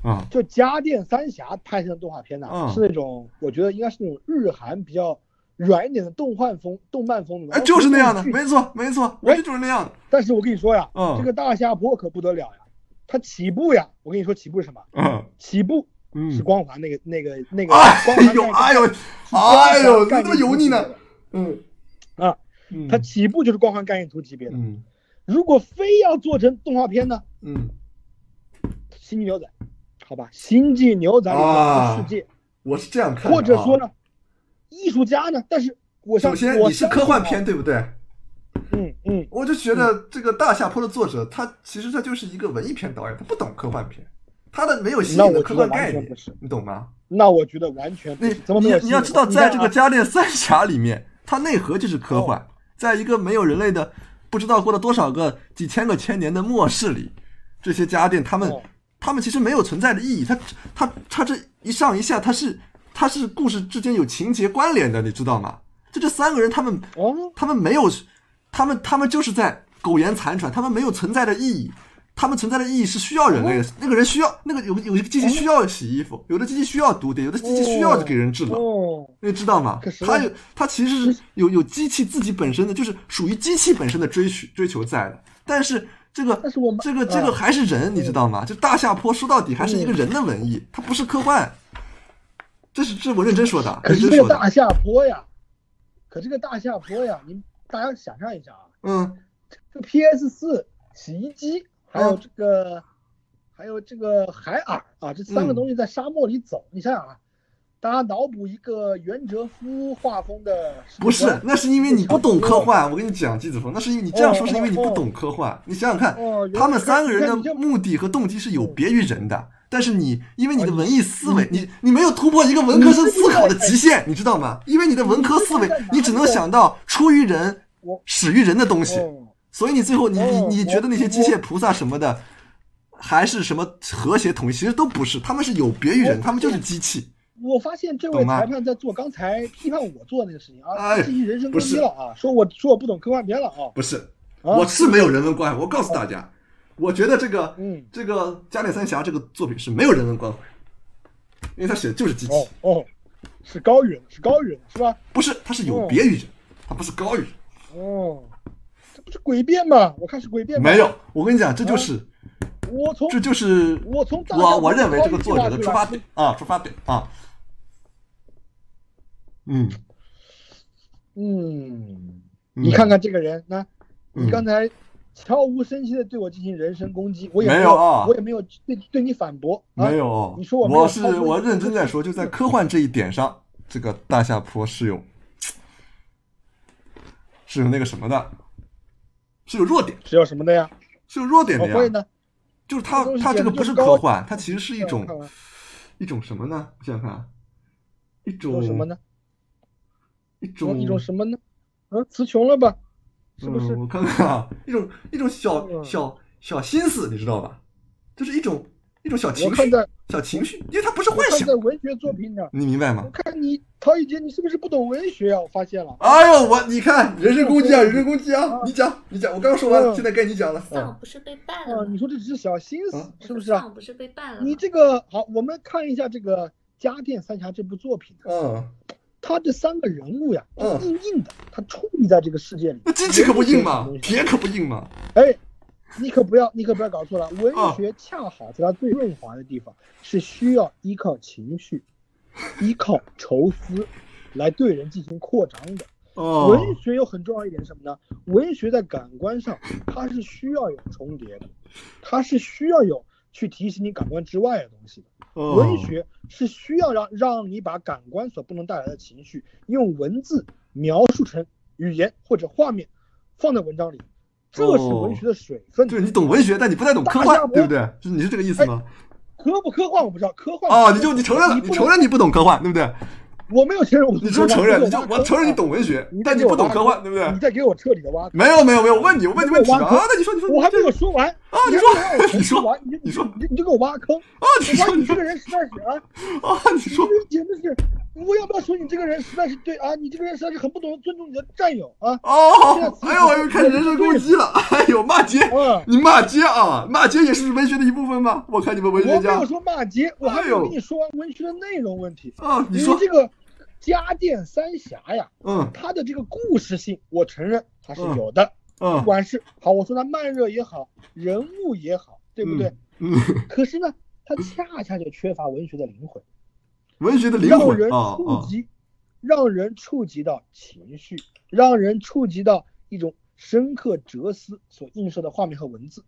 A: 啊
B: 就《家电三侠》拍成的动画片呢、
A: 嗯
B: 是那种我觉得应该是那种日韩比较软一点的动漫风、动漫风的，
A: 哎，就是那样的，
B: 然后
A: 没错没错，我觉得就是那样的。
B: 但是我跟你说呀，
A: 嗯
B: 这个大下坡可不得了呀，它起步呀，我跟你说起步是什么？
A: 嗯
B: 起步是
A: 嗯，
B: 光环那个、那个那个光
A: 哎
B: 环
A: 呦哎呦哎
B: 哎
A: 呦，怎么这么油腻呢？？嗯
B: 啊，
A: 嗯
B: 它起步就是光环概念图级别的。
A: 嗯
B: 如果非要做成动画片呢，
A: 嗯，
B: 《星际牛仔》，好吧，《星际牛仔》里
A: 啊
B: 面的世界，
A: 我是这样看的啊。
B: 或者说呢，艺术家呢？但是我
A: 首
B: 相
A: 先
B: 我
A: 你是
B: 相信
A: 科幻
B: 啊
A: 片，，对不对？
B: 嗯嗯，
A: 我就觉得这个大下坡的作者，他其实他就是一个文艺片导演，他不懂科幻片，他的没有新
B: 那
A: 颖的
B: 我
A: 科
B: 觉得
A: 幻概
B: 完全不
A: 念，
B: 是。
A: 你懂吗？
B: 那我觉得完全不
A: 你
B: 是怎么没
A: 你
B: 有
A: 你要
B: 吸
A: 知
B: 引
A: 道，
B: 我
A: 在这
B: 你
A: 个《
B: 看啊哦
A: 加列三峡》里面，它内核就是科幻，在一个没有人类的不知道过了多少个几千个千年的末世里，这些家电他们
B: 哦
A: 他们其实没有存在的意义，它它它这一上一下，它是它是故事之间有情节关联的，你知道吗？就这三个人，他们
B: 哦，
A: 他们没有，他们他们就是在苟延残喘，他们没有存在的意义，他们存在的意义是需要
B: 哦
A: 人类的。那个人需要那个有有一个机器需要洗衣服，有的机器需要读点，有的机器需要给人治疗，
B: 哦，
A: 你知道吗
B: 可？是
A: 他有他其实是有有机器自己本身的，就是属于机器本身的追寻追求在的，但是。这个
B: 但是我们
A: 这个这个
B: 嗯
A: 还是人，你知道吗？就大下坡说到底还是一个人的文艺，它不是科幻。这是这我认真说的，
B: 可
A: 认
B: 是
A: 真
B: 这
A: 说
B: 个
A: 的。
B: 大下坡呀，可这个大下坡呀，你大家想象一下啊，
A: 嗯
B: 这 PS 四洗衣机，还有
A: 嗯
B: 这个，还有这个海尔啊，这三个
A: 嗯
B: 东西在沙漠里走，你想想啊，大家脑补一个袁哲夫画风的哦世界观，
A: [laughs] 不是，那是因为你不懂科
B: 哦
A: 幻。我跟你讲，季子峰，那是因为你这样说是因为你不懂科幻。你想想看，
B: 哦，
A: 他们三个人
B: 你看哦
A: 的
B: 你看
A: 目的和动机是有别于人的，但是你因为
B: 哦
A: 你的文艺思维，你你没有突破一个文科生思考的极限，你知道吗？因为你的文科思维，你只能想到出于人
B: 哦我、
A: 始于人的东西，
B: 哦
A: 所以你最后你你
B: 哦
A: 你
B: 我
A: 觉得那些机械菩萨什么的，还是什么和谐统一，其实都不是，他们是有别于人，
B: 我
A: 他们就是机器。
B: 我发现这位
A: 懂吗
B: 裁判在做刚才批判我做的那个事情啊，
A: 哎
B: 进行人身
A: 不
B: 攻
A: 是
B: 击了啊，说我说我不懂科幻片了啊，
A: 不是，
B: 啊
A: 我是没有人文关怀。我告诉大
B: 哦
A: 家，我觉得这个，
B: 嗯
A: 这个《加列三侠》这个作品是没有人文关怀，因为他写的就是机器，
B: 哦哦，是高于人，是高于人是吧？
A: 不是，他是有别于人，他不是高于人。
B: 哦，这不是诡辩吗？我看是诡辩吗。
A: 没有，我跟你讲，这就是，
B: 我从
A: 这就是
B: 哦我从大
A: 我
B: 象
A: 我
B: 从
A: 认为
B: 高
A: 这个
B: 于
A: 作者
B: 计划
A: 的
B: 出
A: 出
B: 来
A: 发点啊，出发点啊，嗯，
B: 嗯，
A: 嗯
B: 你看看这个人，那
A: 嗯
B: 你刚才悄无声息的对我进行人身攻击，我也
A: 没有
B: 有
A: 啊
B: 我也没有对对你反驳，啊
A: 没，有，
B: 你说我没有
A: 我是
B: 超过
A: 我
B: 你
A: 认真在说，就在科幻这一点上，这个大下坡是有是有那个什么的，是有弱点，
B: 是有什么的呀？
A: 是有弱点
B: 哦我会
A: 的呀。
B: 呢，
A: 就是它
B: 这东西
A: 它这
B: 简
A: 个
B: 直
A: 不
B: 就是是高
A: 科幻，它其实是一种
B: 看完
A: 一种什么呢？我想想看啊，一
B: 一
A: 种
B: 种什么？呢？
A: 一
B: 说
A: 种
B: 一种什么呢？啊，词穷了吧？是不是
A: 嗯？我看看啊，一种一种小
B: 嗯
A: 小小心思，你知道吧？就是一种一种小情
B: 我看
A: 绪，
B: 在
A: 小情绪，因为 [laughs] 它不是
B: 我
A: 幻
B: 看
A: 想
B: 在，文学作品上，
A: 你明白
B: 我
A: 吗？
B: 看你陶宇杰，你是不是不懂文学啊？我发现了，
A: 哎呦，我你看人身攻击啊，
B: 嗯
A: 人身攻击啊！你讲，你讲，我刚刚说完了，
B: 嗯
A: 现在该你讲了。
C: 丧不是被办
B: 啊
C: 了，吗？
B: 你说这只是小心思
A: 啊，
B: 是不是啊？
C: 丧不是被办了吗，
B: 你这个好，我们看一下这个《家电三侠》这部作品，
A: 嗯，
B: 他这三个人物呀，
A: 嗯
B: 硬硬的，他矗立在这个世界里。
A: 那机器可不硬嘛
B: 文学，
A: 铁可不硬嘛。
B: 哎，你可不要，你可不要搞
A: 啊
B: 错了，文学恰好在它最润滑的地方，是需要依靠情绪，依靠愁思，来对人进行扩张的。
A: 哦，
B: 文学有很重要一点是什么呢？文学在感官上，它是需要有重叠的，它是需要有去提醒你感官之外的东西的。
A: 哦
B: 文学是需要让让你把感官所不能带来的情绪，用文字描述成语言或者画面，放在文章里，这是文学的水分。
A: 哦就是你懂文学，但你不太懂科
B: 大家
A: 幻，
B: 不哎
A: 对不对？就是你是这个意思吗？
B: 科不科幻我不知道，科幻
A: 哦，你就你承认了，你
B: 不
A: 承认你不懂科幻，对不对？
B: 我没有承认我不
A: 你
B: 懂
A: 是不是承认？你
B: 这
A: 就
B: 个挖
A: 我承认你
B: 坑
A: 懂文学
B: 你，在
A: 但你
B: 给我
A: 不懂
B: 挖
A: 科
B: 坑
A: 幻，对不对
B: 啊，你？再给我彻底的挖坑，
A: 没有没有没有，我问你，我问你问题
B: 挖
A: 啊！
B: 坑
A: 那你说你说，
B: 我还没
A: 这
B: 有说完
A: 啊你说
B: 还没有让我
A: 你说
B: 重复完你就
A: 你说
B: 你就你就给我挖坑，
A: 啊，你
B: 我
A: 说
B: 挖你
A: 你
B: 这
A: 说
B: 个人实在是啊，
A: 啊，你
B: 你
A: 说
B: 这简直是，我要不要说你这个人实在是对啊，你这个人实在是很不懂得尊重你的战友啊
A: 哦，哎呦，又开始人身攻击了，哎呦，骂街，
B: 啊！
A: 你骂街啊，骂街也是文学的一部分吗？我看你们文学
B: 我没
A: 家
B: 有说骂街，我还没
A: 哎
B: 有
A: 呦
B: 跟你说完文学的内容问题。
A: 啊，你
B: 因
A: 说
B: 为，这个家电三侠呀，
A: 嗯
B: 它的这个故事性，我承认它是有的，不
A: 嗯
B: 管是好，我说它慢热也好，人物也好，对不对？
A: 嗯，
B: 可是呢，它恰恰就缺乏文学的灵魂，
A: 文学的灵
B: 让
A: 魂
B: 人
A: 啊
B: 触
A: 啊，
B: 及，让人触及到情绪，让人触及到一种深刻哲思所映射的画面和文字。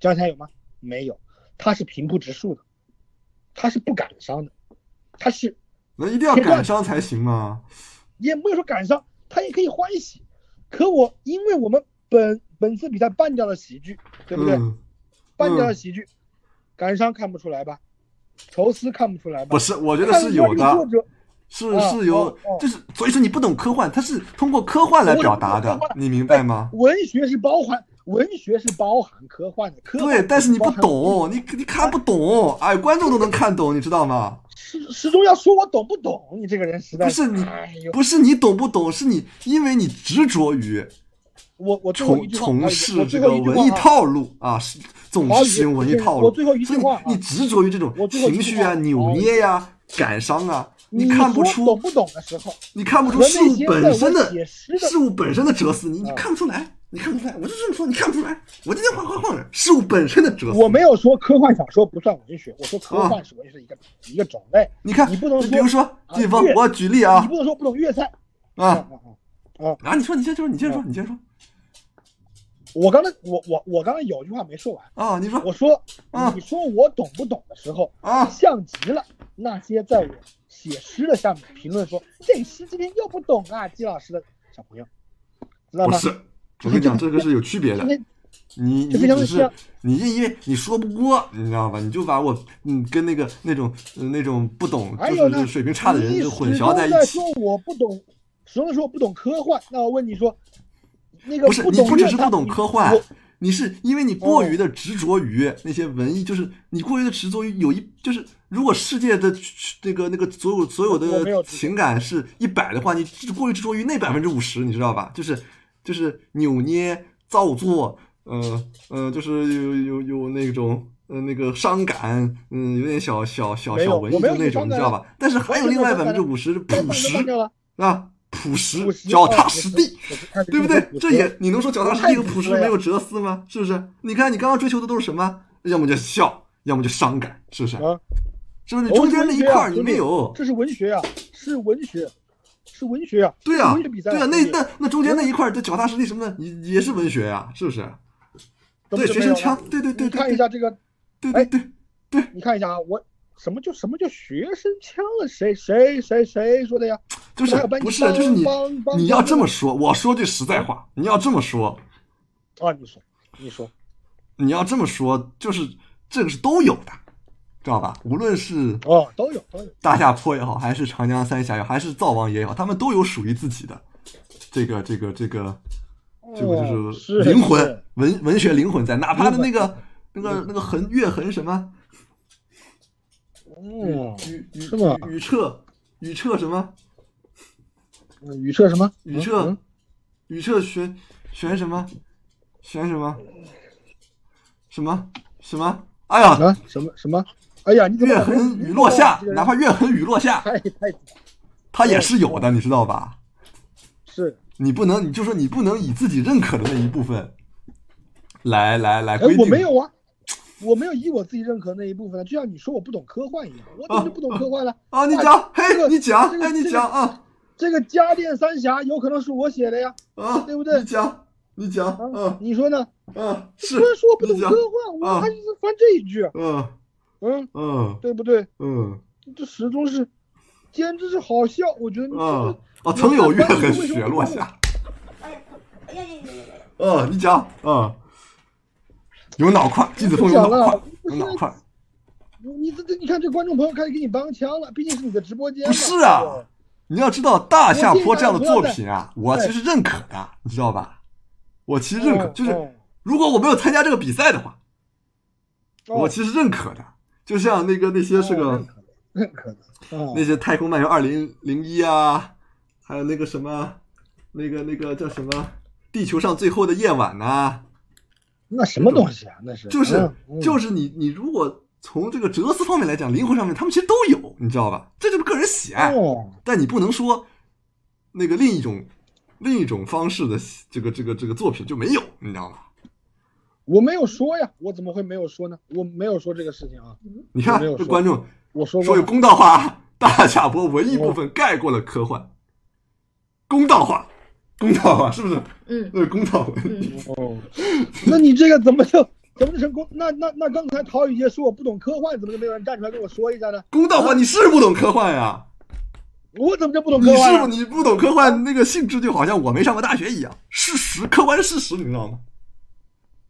B: 江山有吗？没有，它是平铺直述的，它是不感伤的，它是
A: 那一定要感伤才行嘛，
B: 也没有说感伤，他也可以欢喜。可我因为我们本本次比赛办掉了喜剧，对不对？
A: 嗯，
B: 办掉了喜剧，感伤看不出来吧？愁思看不出来吧？
A: 不是，我觉得
B: 看
A: 是
B: 不出来
A: 有
B: 这个作
A: 的，
B: 者
A: 是
B: 啊
A: 是有
B: 哦哦，
A: 就是所以说你不懂科幻，它是通过科幻来表达的
B: 我也不懂科，幻
A: 你明白吗？
B: 文学是包含文学是包含科幻哎的，科幻
A: 对，但是你不
B: 包含
A: 懂，你你看不懂，哎，观众都能看懂，你知道吗？
B: 始始终要说我懂不懂？你这个人实在
A: 不是你
B: 哎呦，
A: 不是你懂不懂，是你因为你执着于
B: 我我最后一
A: 从从
B: 句话啊我
A: 事这
B: 最
A: 个
B: 后一句话
A: 文艺
B: 啊
A: 套路啊，是总是使用文艺套
B: 我
A: 路，
B: 最后一
A: 所
B: 句
A: 以
B: 话啊
A: 你你执着于这种
B: 我最后一句
A: 情绪啊、
B: 话
A: 扭捏呀、感伤啊，你看不
B: 说
A: 出
B: 懂不懂的时候，
A: 你看不出
B: 和
A: 事
B: 那
A: 物
B: 些
A: 本身
B: 在
A: 的
B: 我解释的
A: 事物本身的哲思，你你
B: 嗯
A: 看不出来，你看不出来，我就这么说，你看不出来。我今天换换换人，事物本身的哲思，
B: 我没有说科幻小说不算文学，我说
A: 啊
B: 科幻是文学的一个、一个种类。
A: 你看，
B: 你不能
A: 就比如说，
B: 啊
A: 比方
B: 越
A: 我举例啊
B: 你不能说不懂嗯粤菜
A: 啊
B: 啊啊！
A: 啊，你说你先说，你先说，你先说
B: 我刚才我我我刚才有句话没说完，
A: 啊，你说
B: 我说、
A: 啊
B: 你说我懂不懂的时候，
A: 啊
B: 像极了那些在我写诗的下面评论说这诗今天又不懂啊，季老师的小朋友，知道
A: 不
B: 吗？
A: 是，我跟你讲，这个是有区别
B: 今
A: 的。
B: 天
A: 你你
B: 就非常
A: 只
B: 地
A: 是
B: 像
A: 你就因为你说不过，你知道吧？你就把我嗯跟那个那种、呃那种不懂
B: 还
A: 就
B: 有
A: 是
B: 呢
A: 这水平差的人
B: 哎你
A: 就混
B: 始
A: 淆
B: 终
A: 在
B: 在
A: 一起
B: 说。我不懂，始终说我不懂科幻，那我问你说，那个
A: 不是，你
B: 懂
A: 不只
B: 粤
A: 是
B: 菜
A: 不懂
B: 你
A: 科幻
B: 我，
A: 你是因
B: 哦
A: 为你过于的执着于那些文艺，就是你过于的执着于有一就是，如果世界的那个那个所有所有
B: 我没有
A: 的
B: 执着
A: 情感是一百的话，你只过于执着于那百分之五十，你知道吧？就是就是扭捏造作，呃呃，就是有有有那种。呃，那个伤感，嗯，有点小小小
B: 没有
A: 小文艺
B: 我没
A: 就
B: 有
A: 那
B: 你
A: 种，
B: 伤
A: 你
B: 感
A: 知道
B: 了
A: 吧？但是还有另外百
B: 我没
A: 分之
B: 有
A: 五十是
B: 我
A: 朴
B: 把
A: 实
B: 它忘掉了
A: 啊，朴实
B: 五，十
A: 脚
B: 哦
A: 踏
B: 五
A: 实
B: 十
A: 地，
B: 我是看这
A: 对不
B: 个
A: 对
B: 五？十
A: 这也你能说脚踏实地和
B: 太
A: 朴实
B: 对了
A: 没有哲思吗？是不是？你看你刚刚追求的都是什么？要么就笑，要么就伤感，是不是？
B: 啊，
A: 是不是？
B: 我
A: 中间那一块儿
B: 我
A: 你没有。
B: 这是文学啊，是文学，是文学啊，
A: 对
B: 是
A: 啊，
B: 文学比赛
A: 对啊，那
B: 兄弟
A: 那那中间那一块儿，这脚踏实地什么的，也也是文学呀、是不是？
B: 怎
A: 对，
B: 么就
A: 学
B: 没
A: 生
B: 有
A: 腔
B: 了，
A: 对对对
B: 你看
A: 对对
B: 一下这哎个，
A: 对对对，
B: 你看一下啊，我什么叫什么叫学生腔了？谁谁谁谁说的呀？
A: 就是
B: 还有班级
A: 不是就是你
B: 帮帮
A: 你要
B: 帮
A: 这么说，我说句实在话，你要这么说，
B: 哦啊，你说，你说，
A: 你要这么说，就是这个是都有的，知知道吧？无论是
B: 哦，都有都有。
A: 大下坡也好，还是长江三峡也好，还是灶王爷也好，他们都有属于自己的这个这个这个这个
B: 哦
A: 就是灵魂、
B: 是
A: 文文学灵魂在，哪怕的
B: 灵
A: 那
B: 魂
A: 个那个那个横月横什么
B: 嗯，
A: 宇宇
B: 是吗
A: 宇彻宇彻什么
B: 宇彻什么？
A: 宇彻
B: 嗯
A: 宇彻玄玄什么玄什么什么什么？哎
B: 嗯
A: 呀，
B: 啊什么什么？哎呀，你怎么
A: 月
B: 把这个
A: 横雨落下
B: 这个，人
A: 哪怕月横雨落下，
B: 太太
A: 它也是有的，你知道吧？
B: 是
A: 你不能，你就说你不能以自己认可的那一部分来来来
B: 哎
A: 规，定。
B: 我没有啊，我没有以我自己认可那一部分啊，就像你说我不懂科幻一样，我怎么就不懂科幻了？
A: 啊，你
B: 啊
A: 讲，嘿
B: 这个，
A: 你讲，
B: 这个
A: 哎，你
B: 这个
A: 讲啊
B: 这个《家电三峡》有可能是我写的呀，
A: 啊，
B: 对不对啊
A: 你讲，你讲，嗯
B: 你说呢？
A: 嗯，是
B: 虽，然说我不懂
A: 你
B: 科
A: 讲
B: 幻，
A: 啊
B: 我还是翻这一句，
A: 嗯
B: 嗯，
A: 嗯
B: 对不对？
A: 嗯
B: 这始终是，简直是好笑。我觉得你这
A: 嗯
B: 个，
A: 哦，曾有月痕雪落下，
C: 哎呀呀呀呀呀！
A: 嗯，你讲，嗯，有脑块，季子峰有
B: 讲
A: 脑块
B: 了，
A: 有脑块，
B: 你这这，你看这观众朋友开始给你帮腔了，毕竟是你的直播间
A: 不
B: 嘛。哦
A: 是啊，你要知道大下坡这样的作
B: 我
A: 品啊，我其实认可的，你知道吧？我其实认可，
B: 嗯
A: 就是
B: 嗯
A: 如果我没有参加这个比赛的话，
B: 哦
A: 我其实认可的，就像那个那些是
B: 哦
A: 个
B: 认可的认可的啊
A: 那些《太空漫游二零零一》啊，还有那个什么，那个那个叫什么《地球上最后的夜晚》呐，
B: 那什么东西啊？那是
A: 就是就是是你你如果从这个哲思方面来讲，灵魂上面他们其实都有，你知道吧？这就是个人喜爱，
B: 哦，
A: 但你不能说那个另一种另一种方式的这个这个这个作品就没有，你知道吗？
B: 我没有说呀，我怎么会没有说呢？我没有说这个事情啊，
A: 你看
B: 我没有
A: 这
B: 说
A: 观众
B: 我说
A: 说
B: 过
A: 句
B: 了
A: 公道话啊，大下坡文艺部分盖过了科幻，公道话，公道话是不是？
C: 嗯
A: 那是公道文艺。
C: 嗯，
B: 哦，那你这个怎么就怎么就成功？那那那刚才陶宇杰说我不懂科幻，怎么就没有人站出来跟我说一下呢？
A: 公道话，你是不懂科幻呀、
B: 我怎么就不懂
A: 你
B: 科幻
A: 是
B: 啊、
A: 不你不懂科幻那个性质，就好像我没上过大学一样，事实，客观事实，你知道吗？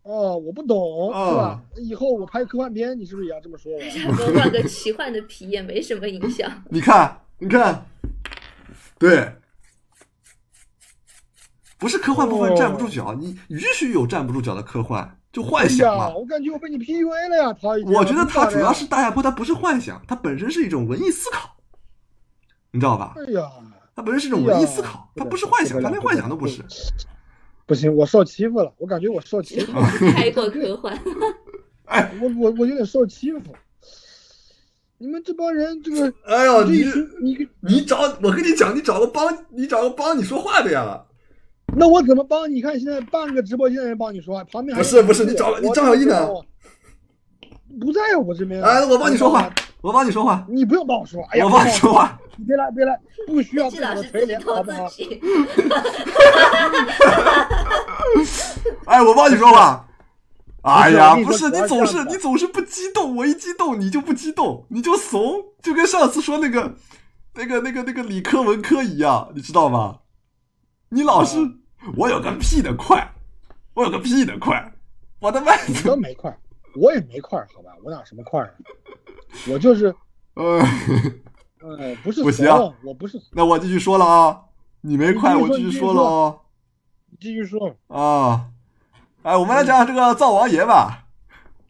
B: 哦，我不懂，
A: 啊
B: 是吧？以后我拍科幻片，你是不是也要这么说
C: [laughs]
A: 哎
B: 我？
C: 然后换个奇幻的皮也没什么影响。
A: 你看，你看，对，不是科幻部分
B: 哦
A: 站不住脚，你允许有站不住脚的科幻，就幻
B: 哎
A: 想嘛
B: 呀，。我感觉我被你 PUA 了呀，陶宇杰。
A: 我觉得它
B: 他
A: 主要是大下坡，它不是幻想，它本身是一种文艺思考，你知道吧？
B: 哎呀，
A: 它本身是一种文艺思考，
B: 哎呀
A: 它不是幻想，
B: 不
A: 它
B: 得了
A: 连幻想都不是。
B: 不行，我受欺负了，我感觉我受欺负了，
C: 开过科幻，
A: 哎
B: 我我我有点受欺负。你们这帮人，这个
A: 哎呦，
B: 这
A: 你
B: 一群你
A: 你找我跟你讲，你找个帮你找个帮你说话的呀。
B: 嗯那我怎么帮你？你看现在半个直播间的人帮你说话，旁边还
A: 不是不是你找
B: 我
A: 你张小艺呢？
B: 不在啊我这边。
A: 哎，我帮你说话，，我帮你说话，
B: 你不用帮我说。哎呀，
A: 我帮你说话。
B: 你别来别来，不需 [laughs] 要
C: 这
B: 被
C: 老
B: 我
C: 师
B: 垂
C: 自己
B: 怜，
C: 投
B: 好不
C: 自
B: 好？
C: 己。
A: 哎，我帮你说
B: [laughs]
A: 话。哎呀，不
B: 不
A: 是
B: 是
A: 你
B: 我跟你说
A: 总
B: 主
A: 是
B: 要是
A: 你总是不激动，我一激动你就不激动，你就怂，就跟上次说那个那个那个那个理科文科一样，你知道吗？你老是
B: 嗯
A: 我有个屁的快，我有个屁的快，我的麦
B: 你
A: 子，
B: 都没块儿，我也没块儿，好吧？我哪有什么块儿啊？我就是，
A: 呃，
B: 呃，不是
A: 不行
B: 怂，我不是怂。
A: [laughs] 那我继续说了啊，你没快，
B: 你
A: 我继续
B: 继续说你继续
A: 说了哦。
B: 你继续说，
A: 啊，哎，我们来讲讲这个灶王爷吧。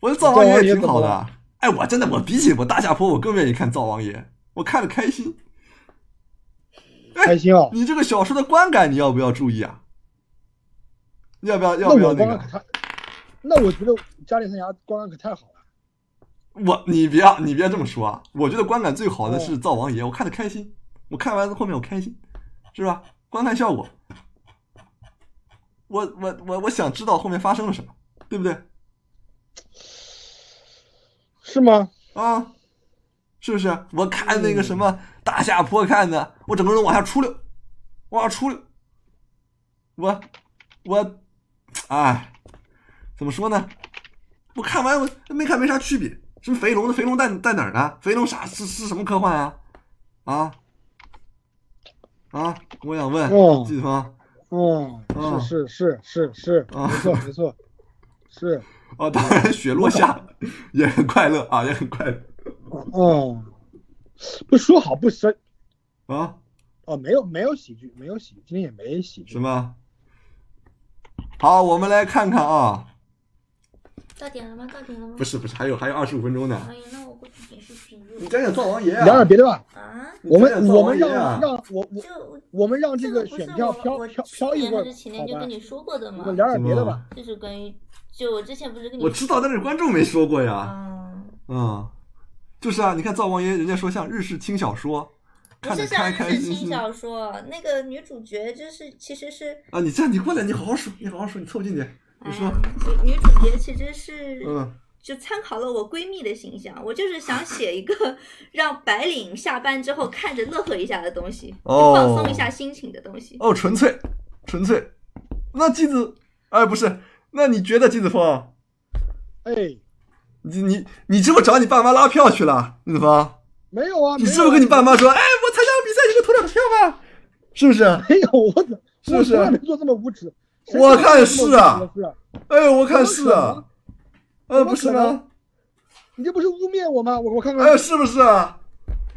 A: 我觉得灶王爷也挺好
B: 灶王爷
A: 的
B: 怎么了。
A: 哎，我真的，我比起我大下坡，我更愿意看灶王爷，我看着开心。
B: 开心啊！
A: 你这个小说的观感，你要不要注意啊？要 [laughs] 不要
B: 那
A: 要不要
B: 我
A: 那
B: 观看
A: 个
B: 可？太，那我觉得《加里三峡》观看可太好了。
A: 我你别你别这么说啊！我觉得观感最好的
B: 哦
A: 是灶王爷，我看着开心，我看完后面我开心，是吧？观看效果，我我我我想知道后面发生了什么，对不对？
B: 是吗？
A: 啊，是不是？我看那个什么大下坡看的，我整个人往下出溜，往下出溜，我我，哎，怎么说呢？我看完我没看没啥区别。什么肥龙的肥龙在在哪儿呢？肥龙啥是是什么科幻啊？啊啊！我想问
B: 哦
A: 季芳，
B: 嗯，
A: 嗯
B: 是是是是是，
A: 啊
B: 没错没错，是
A: [laughs] 哦，当然雪落下也很快乐啊，也很快乐。
B: 哦，不是说好不生
A: 啊？
B: 哦，没有没有喜剧，没有喜剧，今天也没喜剧
A: 什。么？好，我们来看看啊，
C: 到点了吗？到点了吗
A: 不？是不是，还有还有二十五分钟呢，
C: 哎呀，那我不去点视频
A: 你讲讲灶王爷
B: 聊
A: 啊
B: 点！别的吧，
C: 啊？
A: 你
B: 我
A: 讲
B: 们
A: 讲灶
B: 我
A: 王
B: 们
A: 爷
B: 让
A: 啊！
B: 让我我
C: 这我
B: 我们让
C: 这
B: 这
C: 个
B: 个
C: 不是
B: 选票
C: 我
B: 飘
C: 我
B: 飘
C: 去
B: 飘一
C: 年
B: 会
C: 还
B: 儿，
C: 是前天
B: 好
C: 就
B: 吧
C: 跟？你说过的嘛
B: 我，们聊
A: 什
B: 点别的
A: 么
B: 吧。
C: 就是关于就我之前不是跟你
A: 我知道，但是观众没说过呀。
C: 嗯。
A: 嗯，就是啊，你看灶王爷，人家说像日式轻小说，
C: 不
A: 看
C: 是
A: 着开
C: 像
A: 开
C: 日式
A: 心
C: 轻
A: 心
C: 小说，那个女主角就是其实是，
A: 啊。你这样，你过来，你好好说，你好好说，你凑近点，你说，
C: 哎呀女女主角其实是
A: 嗯，
C: 就参考了我闺蜜的形象，我就是想写一
A: [laughs]
C: 个让白领下班之后看着乐呵一下的东西，
A: 哦
C: 就放松一下心情的
A: [laughs]
C: 东西。
A: 哦，纯粹，纯粹。那季子，哎，不是，那你觉得季子峰，啊
B: 哎，
A: 你你你是不是找你爸妈拉票去了？季子峰，
B: 没有啊，
A: 你
B: 没
A: 是不是
B: 有啊
A: 跟你爸妈说，哎，我参加比赛，你给我投两票吧？是不是？啊
B: 没有，我怎么
A: 是不是
B: 我从来没做这么无耻？谁
A: 我
B: 做过
A: 看
B: 这么
A: 是
B: 无耻
A: 啊
B: 的事啊，
A: 哎，我看
B: 怎
A: 是
B: 么可
A: 啊
B: 能，
A: 呃，
B: 怎么
A: 不是
B: 可能
A: 吗？
B: 你这不是污蔑我吗？我我看看，
A: 哎，是不是啊？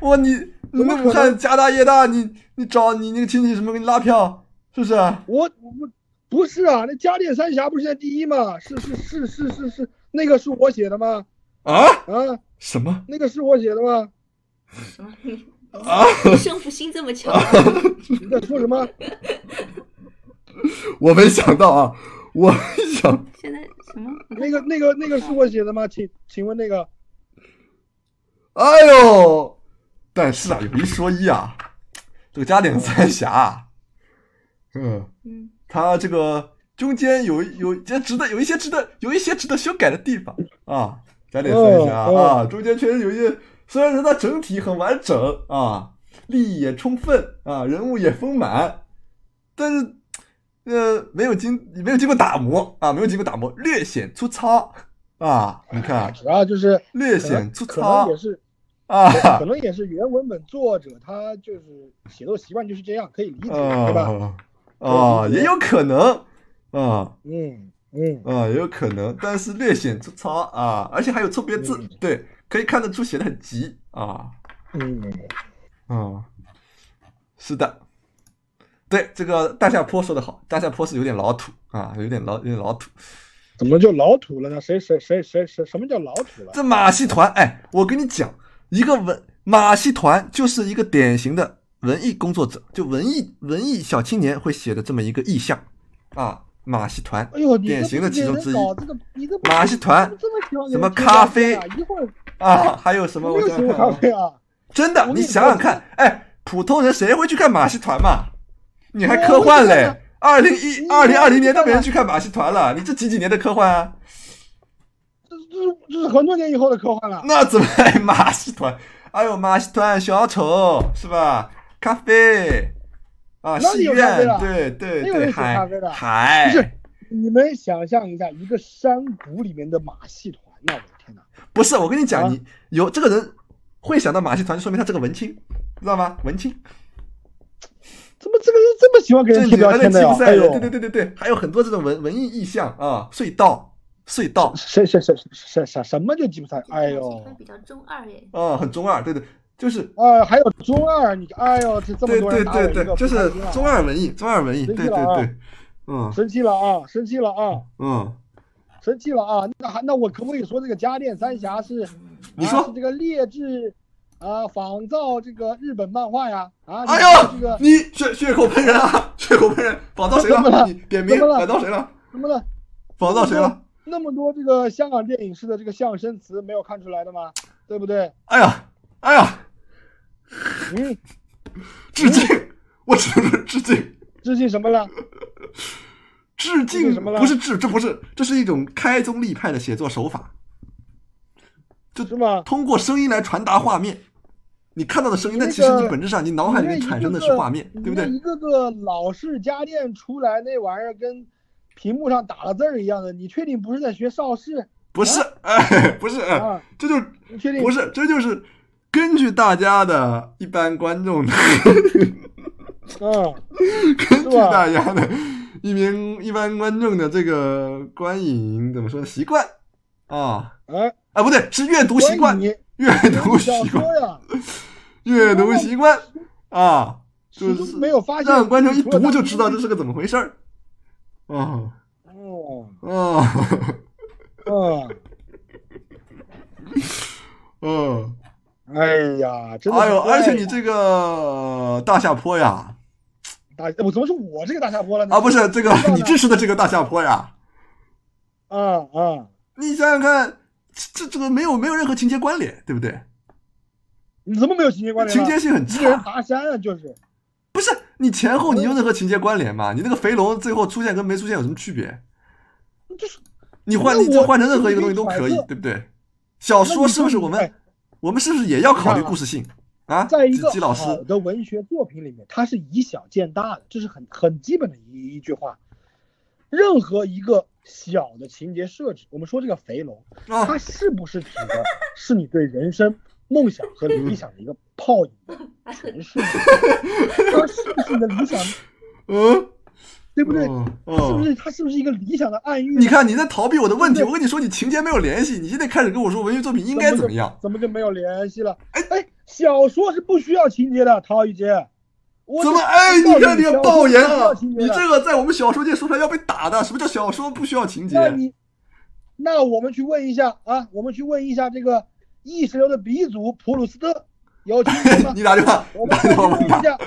A: 哇，你你
B: 怎么
A: 们
B: 可
A: 武汉
B: 能
A: 家大业大，你你找你那个亲戚什么给你拉票，是不是啊？
B: 我我不是啊，那家电三峡不是现在第一吗？是是是是是是，那个是我写的吗？
A: 啊？
B: 啊，
A: 什么？
B: 那个是我写的吗？
C: 什么？你你胜负心这
A: [laughs]
C: 么强啊？
B: 你在说什么？
A: 我没想到啊，我没想
C: 现在什么？
B: 那个那个那个是我写的吗？请请问那个
A: 哎呦！但是啊，有一说一啊，这个加点三峡啊，嗯，
C: 嗯，
A: 它这个中间有有这值得有一些值得有一些值得修改的地方啊，加点三峡
B: 哦
A: 啊，中间确实有一些，虽然说它整体很完整啊，利益也充分啊，人物也丰满，但是呃没有经没有经过打磨啊，没有经过打磨，略显粗糙啊，你看
B: 主要就是
A: 略
B: 可能
A: 显粗
B: 可能
A: 糙
B: 也是
A: 啊。
B: 可能也是原文本作者他就是写作习惯就是这样，可以理解，
A: 啊，
B: 对吧？
A: 啊，
B: 可以理解
A: 也有可能，啊
B: 嗯嗯，
A: 啊，也有可能，但是略显粗糙啊，而且还有错别字
B: 嗯，
A: 对，可以看得出写的很急啊
B: 嗯，
A: 啊，是的，对，这个大下坡说的好，大下坡是有点老土啊，有点老有点老土。
B: 怎么就老土了呢？谁谁谁谁谁什么叫老土了？
A: 这马戏团，哎，我跟你讲，一个文马戏团就是一个典型的文艺工作者，就文艺文艺小青年会写的这么一个意象啊，马戏团，
B: 哎呦，你
A: 典型的其中之一
B: 搞这个，你这不
A: 马戏团
B: 你这么喜欢给
A: 什么
B: 人贴
A: 咖
B: 标签啊一会儿
A: 啊，还有什么？
B: 没
A: 我
B: 有
A: 想
B: 喜
A: 想
B: 欢
A: 看
B: 咖
A: 啊，
B: 啡啊，
A: 真的，
B: 我
A: 你
B: 也
A: 想想看，哎，普通人谁会去看马戏团嘛？你还
B: 我
A: 科幻
B: 我就
A: 嘞？二零一
B: 嗯
A: 二零二零年都
B: 我就
A: 没人去看马戏团了，你这几几年的科幻啊？
B: 这这这是很多年以后的科幻了。
A: 那怎么还马戏团？哎呦，马戏团、小丑是吧？咖啡啊，
B: 哪
A: 戏
B: 里有咖啡
A: 院
B: 了，
A: 对对
B: 哪有人
A: 对，
B: 喜欢
A: 海
B: 咖啡的不是
A: 海
B: 你们想象一下，一个山谷里面的马戏团，那我的天哪！
A: 不是我跟你
B: 啊
A: 讲，你有这个人会想到马戏团，就说明他这个文青，知道吗？文青。
B: 怎么这个人这么喜欢给人
A: 正
B: 贴
A: 经
B: 标
A: 而且
B: 签的
A: 吉
B: 呀
A: 普？赛
B: 哎
A: 人，
B: 呦，
A: 对对对对对，还有很多这种文文艺意象啊，隧道、隧道
B: 谁谁谁谁谁什么就吉普赛？哎
C: 这
B: 呦
C: 个，比较中二哎。
A: 啊，很中二，对对，就是
B: 啊，还有中二，你哎呦，这这么
A: 对
B: 多
A: 对
B: 人打我一
A: 对
B: 个
A: 对，就
B: 不开
A: 是
B: 心了
A: 中二文艺，中二文艺，对
B: 生气
A: 对
B: 了啊
A: 对，嗯
B: 生气了啊，生气了啊，
A: 嗯，
B: 生气了啊！那还那我可不可以说这个家电三峡是？
C: 嗯
A: 你
B: 啊、是
A: 说，
B: 这个劣质啊，仿造这个日本漫画呀啊！
A: 哎
B: 你这
A: 呦
B: 个，
A: 你血血口喷人啊，血口喷人，仿造谁
B: 怎么
A: 了？
B: 了
A: 你点名
B: 怎么了
A: 仿造谁了？
B: 什么的，
A: 仿造谁了？
B: 那么多这个香港电影式的这个象声词没有看出来的吗？对不对？
A: 哎呀，哎呀，
B: 嗯，
A: 致敬，我只能说致敬。
B: 致敬什么了？
A: 致
B: 这
A: 敬
B: 是什么了
A: 不是致，这不是，这是一种开宗立派的写作手法。
B: 是吗？
A: 通过声音来传达画面。你看到的声音，
B: 你
A: 但
B: 那
A: 其实
B: 个
A: 你本质上你脑海里面
B: 你那一
A: 产生的
B: 个
A: 是画面，
B: 你
A: 对不
B: 那
A: 对？
B: 一个个老式家电出来那玩意儿跟屏幕上打了字儿一样的，你确定不是在学邵氏
A: 不是，哎，不是，哎
B: 啊？
A: 这就
B: 你确定
A: 不是，这就是根据大家的一般观
B: [laughs]
A: 众的，
B: 嗯，
A: 根据
B: 吧
A: 大家的一名一般观众的这个观影怎么说习惯啊？
B: 哎，
A: 啊，不对，是阅读习惯
B: 关于你
A: 阅 [laughs] 读习
B: 小说
A: 惯，
B: 呀，
A: 阅读习惯啊，就
B: 始
A: 是
B: 终没有发现，
A: 让观众一读就知道这是个怎么回事儿。哦
B: 哦，
A: 哦
B: 嗯，
A: 哦，
B: 哎呀，真的是
A: 哎呦！
B: 怪
A: 而且你这个大下坡呀，
B: 大，我怎么是我这个大下坡了呢？
A: 啊，不是这个
B: 知道呢
A: 你支持的这个大下坡呀，
B: 啊啊，
A: 你想想看，这这个没有没有任何情节关联，对不对？
B: 你怎么没有情节关联
A: 情
B: 呢？
A: 节性很
B: 一个人
A: 差，
B: 爬山啊，就是
A: 不是你前后你有任何情节关联吗？你那个肥龙最后出现跟没出现有什么区别？
B: 就是
A: 你换
B: 那
A: 你
B: 我
A: 再换成任何一个东西都可以
B: 那你，
A: 对不对？小
B: 那
A: 哦说
B: 你
A: 是不是
B: 说
A: 我
B: 哎
A: 们我们是不是也要考虑故事性啊？
B: 在一
A: 吉
B: 个
A: 吉老师，
B: 好的文学作品里面，它是以小见大的，这是很很基本的一一句话。任何一个小的情节设置，我们说这个肥龙，
A: 啊
B: 它是不是指的是你对人生、梦想和理想的一个泡影的诠释呢？它是不是你的理想？
A: 嗯，
B: 对不对？
A: 哦
B: 是不
A: 哦，
B: 是它是不是一个理想的暗喻呢？
A: 你看你在逃避我的问题，
B: 对
A: 我跟你说你情节没有联系，你现在开始跟我说文学作品应该怎么样？
B: 怎么就没有联系了？哎哎，小说是不需要情节的，陶宇杰。我
A: 怎么
B: 这
A: 哎？你看你
B: 小说是
A: 爆言
B: 不需
A: 啊
B: 要！情节
A: 你
B: 的
A: 这个在我们小说界说出来要被打的。什么叫小说不需要情节？
B: 那你，那我们去问一下啊，我们去问一下这个意识流的鼻祖普鲁斯特有情节吗？
A: 你打电话，
B: 我
A: 你
B: 们
A: 打电话
B: 去
A: 问
B: 问一
A: 他，
B: 下，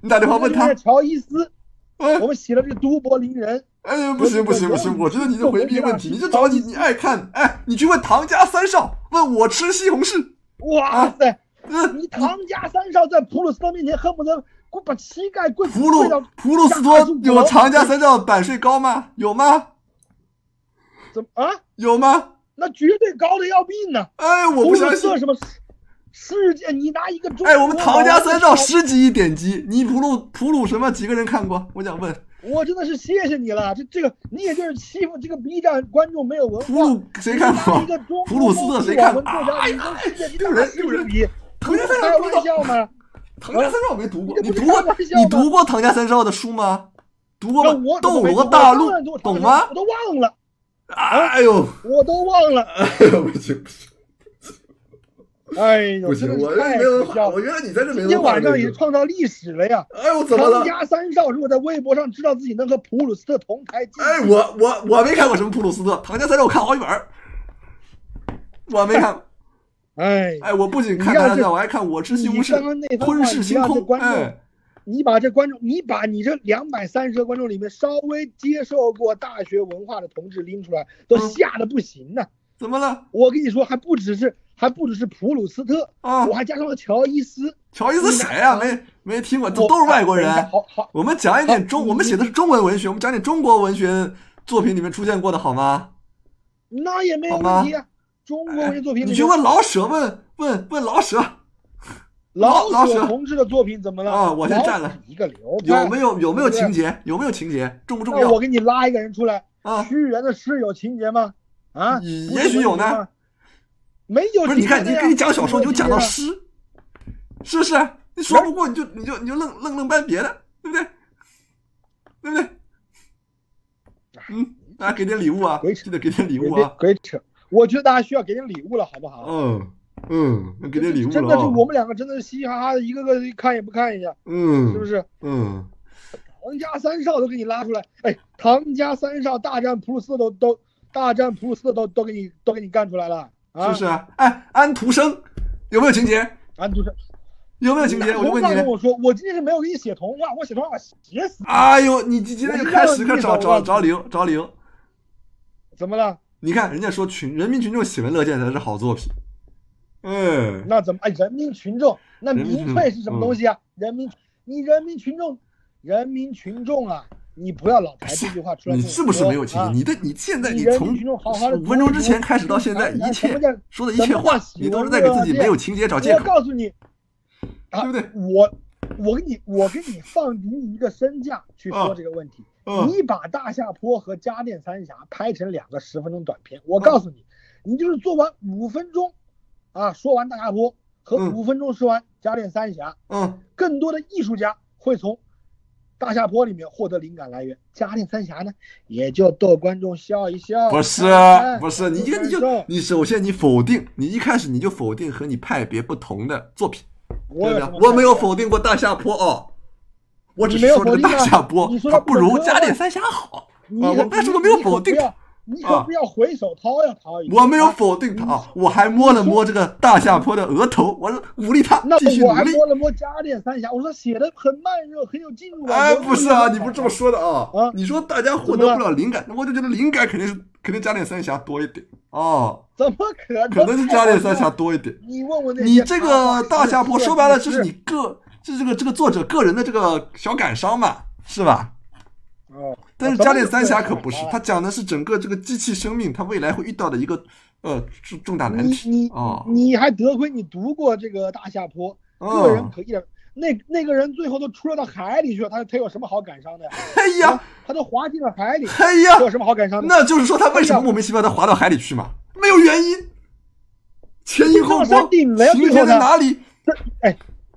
A: 你打电话问
B: 我
A: 他
B: 们去问一下。乔伊斯，
A: 哎
B: [laughs] 我们写了这个都柏林人，
A: 哎，不行不行不行，我觉得你这回避问题，你就找你你爱看，哎，你去问唐家三少，问我吃西红柿，
B: 哇塞，
A: 嗯，
B: 你唐家三少在普鲁斯特面前恨不得跪把膝盖跪
A: 普
B: 跪
A: 鲁
B: 到
A: 普鲁斯托有唐家三少版税高吗？有吗？
B: 怎么啊？
A: 有吗？
B: 那绝对高的要命呢！
A: 哎，我
B: 普
A: 不
B: 鲁
A: 相
B: 斯
A: 信
B: 特。什么世界？你拿一个中国
A: 哎，我们唐家三少
B: 老师
A: 十几亿点击，你普鲁普鲁什么几个人看过？我想问，
B: 我真的是谢谢你了，这这个你也就是欺负这个 B 站观众没有文化。
A: 普鲁谁看
B: 你拿
A: 过
B: 一个？中
A: 普鲁斯特谁看过？哎
B: 你
A: 呀，
B: 跟世界
A: 丢人丢人！
B: 比，
A: 唐家三
B: 开
A: 少不知
B: 玩
A: 道，
B: 笑吗？
A: 唐家三少我没读过，
B: 你
A: 你
B: 这不
A: 读过
B: 是开玩笑
A: 你
B: 吗
A: 读过唐家三少的书吗？读过
B: 那
A: 吗？
B: 我
A: 《斗罗大陆
B: 我当然都》，
A: 懂吗
B: 我？都忘了，
A: 哎呦！
B: 我都忘
A: [laughs]
B: 了。
A: 哎呦，不行不行
B: 哎呦，
A: 不
B: 真
A: 行，
B: 的
A: 我
B: 是
A: 这
B: 太
A: 没文
B: 可
A: 化，
B: 笑
A: 我
B: 了。
A: 觉得你在这没
B: 今
A: 文
B: 天
A: 化。
B: 晚上
A: 这
B: 也
A: 个
B: 创造历史了呀！
A: 哎呦，怎么
B: 唐
A: 了？
B: 家三少如果在微博上知道自己能和普鲁斯特同台竞
A: 哎，
B: 技，
A: 我我我没看过什么普鲁斯特，《唐家三少》我看好几本儿，我没看。
B: 哎，
A: 哎，我不仅看《
B: 你
A: 唐
B: 要
A: 家
B: 是
A: 三少》，我还看《我吃西红
B: 你
A: 柿
B: 刚》刚那
A: 《
B: 番话
A: 吞噬
B: 你
A: 星
B: 让这
A: 空》。
B: 观众
A: 哎，
B: 你把这观众，你把你这两百三十个观众里面稍微接受过大学文化的同志拎出来，都
A: 嗯
B: 吓得不行呢。
A: 怎么了？
B: 我跟你说，还不只是，还不只是普鲁斯特，
A: 啊
B: 我，还加上了乔伊斯，
A: 乔伊斯谁啊？没没听过，这
B: 我啊
A: 都是外国
B: 等一
A: 人
B: 下。好好，
A: 我们讲一点中，
B: 好
A: 我们写的是中文文学，我们讲点中国文学作品里面出现过的好吗？
B: 那也没有
A: 好吗
B: 问题啊。中国文学作品里面，
A: 你去问老舍，问问问老舍，
B: 老
A: 老舍
B: 舍同志的作品怎么了？
A: 啊我先站了
B: 老舍一个流派
A: 有没有有没有
B: 对
A: 情节？有没有情节？重不重
B: 那我
A: 要
B: 给你拉一个人出来，
A: 啊？
B: 屈原的诗有情节吗？啊，
A: 也
B: 不是
A: 也许有呢
B: 文学吗。没有情节的
A: 不
B: 呀，
A: 是，你看你跟你讲小说，你就讲到
B: 没有情节的
A: 诗，是不是？你说不过，你就你就你就愣愣愣搬别的，对不对？对不对？嗯，大家给点礼物啊
B: 鬼，扯
A: 记得给点礼
B: 别
A: 物
B: 别
A: 啊。
B: 鬼扯！我觉得大家需要给点礼物了，好不好？
A: 嗯嗯，那给点礼物
B: 真
A: 了
B: 的是我
A: 啊。
B: 们两个真的是嘻嘻哈哈的，一个个看也不看一下，
A: 嗯，
B: 是不？是？
A: 嗯，
B: 唐家三少都给你拉出来，哎，唐家三少大战普鲁斯特都都大战普鲁斯特都都给你都给你干出来了
A: 是
B: 啊！
A: 不是？哎，安徒生有没有情节？
B: 安徒生，
A: 有没有 [laughs] 情
B: 你
A: 节？
B: 拿
A: 我就问
B: 童话跟
A: 你。
B: 我说，我今天是没有给你写童话，我写童话写死你，
A: 哎呦，你今今天就开始开始找找找理由找理由。
B: 怎么了？
A: 你看人家说群人民群众喜闻乐见才是好作品。嗯，
B: 那怎么？哎，人民群众，那
A: 人民群
B: 民
A: 众
B: 粹是什么
A: 嗯
B: 东西啊？人民，你人民群众，人民群众啊，你不要老抬这句话出来
A: 你
B: 跟我说。
A: 是不是没有情节？
B: 啊
A: 你的你现在
B: 你
A: 你
B: 人
A: 从
B: 民群众好好地
A: 五分钟之前开始到现在，
B: 哎
A: 一
B: 什
A: 切
B: 么叫
A: 说的一切话，
B: 什么叫
A: 你都是在给自己没有情节找借
B: 我
A: 口，
B: 告诉你，啊
A: 对不对？
B: 我我给你我给你放低一个身价去说这个问题。
A: 嗯，
B: 你把大下坡和家电三峡拍成两个十分钟短片，
A: 嗯
B: 我告诉你，你就是做完五分钟，啊，说完大下坡和
A: 嗯
B: 五分钟说完家电三峡，
A: 嗯，
B: 更多的艺术家会从大下坡里面获得灵感来源，嘉定三峡呢，也就逗观众笑一笑。
A: 不是
B: 看看
A: 不是，你
B: 感
A: 这你就
B: 受
A: 你首先你否定，你一开始你就否定和你派别不同的作品，
B: 我
A: 对不
B: 有
A: 对
B: 什？么
A: 我没有
B: 看法
A: 否定过大下坡哦，我只
B: 你
A: 是
B: 没有
A: 说这
B: 否
A: 个
B: 定
A: 大
B: 啊
A: 下坡
B: 你说
A: 它
B: 它
A: 不
B: 不
A: 如
B: 可
A: 嘉
B: 靠
A: 定三峡好，
B: 你
A: 啊
B: 可
A: 我但是我没有否定啊
B: 你可不要你可不要回首掏呀掏一下。
A: 我没有否定它啊，我还摸了摸这个大下坡的额头，我鼓励他
B: 那
A: 继续
B: 我
A: 努
B: 还
A: 力。
B: 摸了摸家电三峡，我说写的很慢热，很有进入感。
A: 哎，
B: 我
A: 不是啊，
B: 有
A: 你
B: 进入
A: 不是
B: 感
A: 这么。说的啊
B: 啊！
A: 你说大家获得不了灵感，那我就觉得灵感肯定是肯定加点三峡多一点哦，
B: 怎么可能？
A: 可能是加点三峡。多一点。
B: 你问我那些
A: 你这个大下坡，说白了就是
B: 是
A: 你个，就是这个这个作者个人的这个小感伤嘛，是吧？
B: 哦，
A: 但是加点三峡可不是
B: 我，
A: 他讲的是整个这个机器生命，它未来会遇到的一个呃重重大难
B: 你
A: 题
B: 你
A: 哦。
B: 你还得亏你读过这个大下坡，个人
A: 嗯，
B: 可一点。那那个人最后都出了到海里去了，他他有什么好感伤的呀？
A: 哎呀，
B: 他都滑进了海
A: [laughs]
B: 里，
A: 哎呀
B: 他，有什么好感伤的？
A: 那就是说他为什么莫名其妙的滑到海里去嘛？没有原因，前因后
B: 你上
A: 果，
B: 山顶了呀
A: 情
B: 最
A: 节
B: 后呢
A: 在哪里？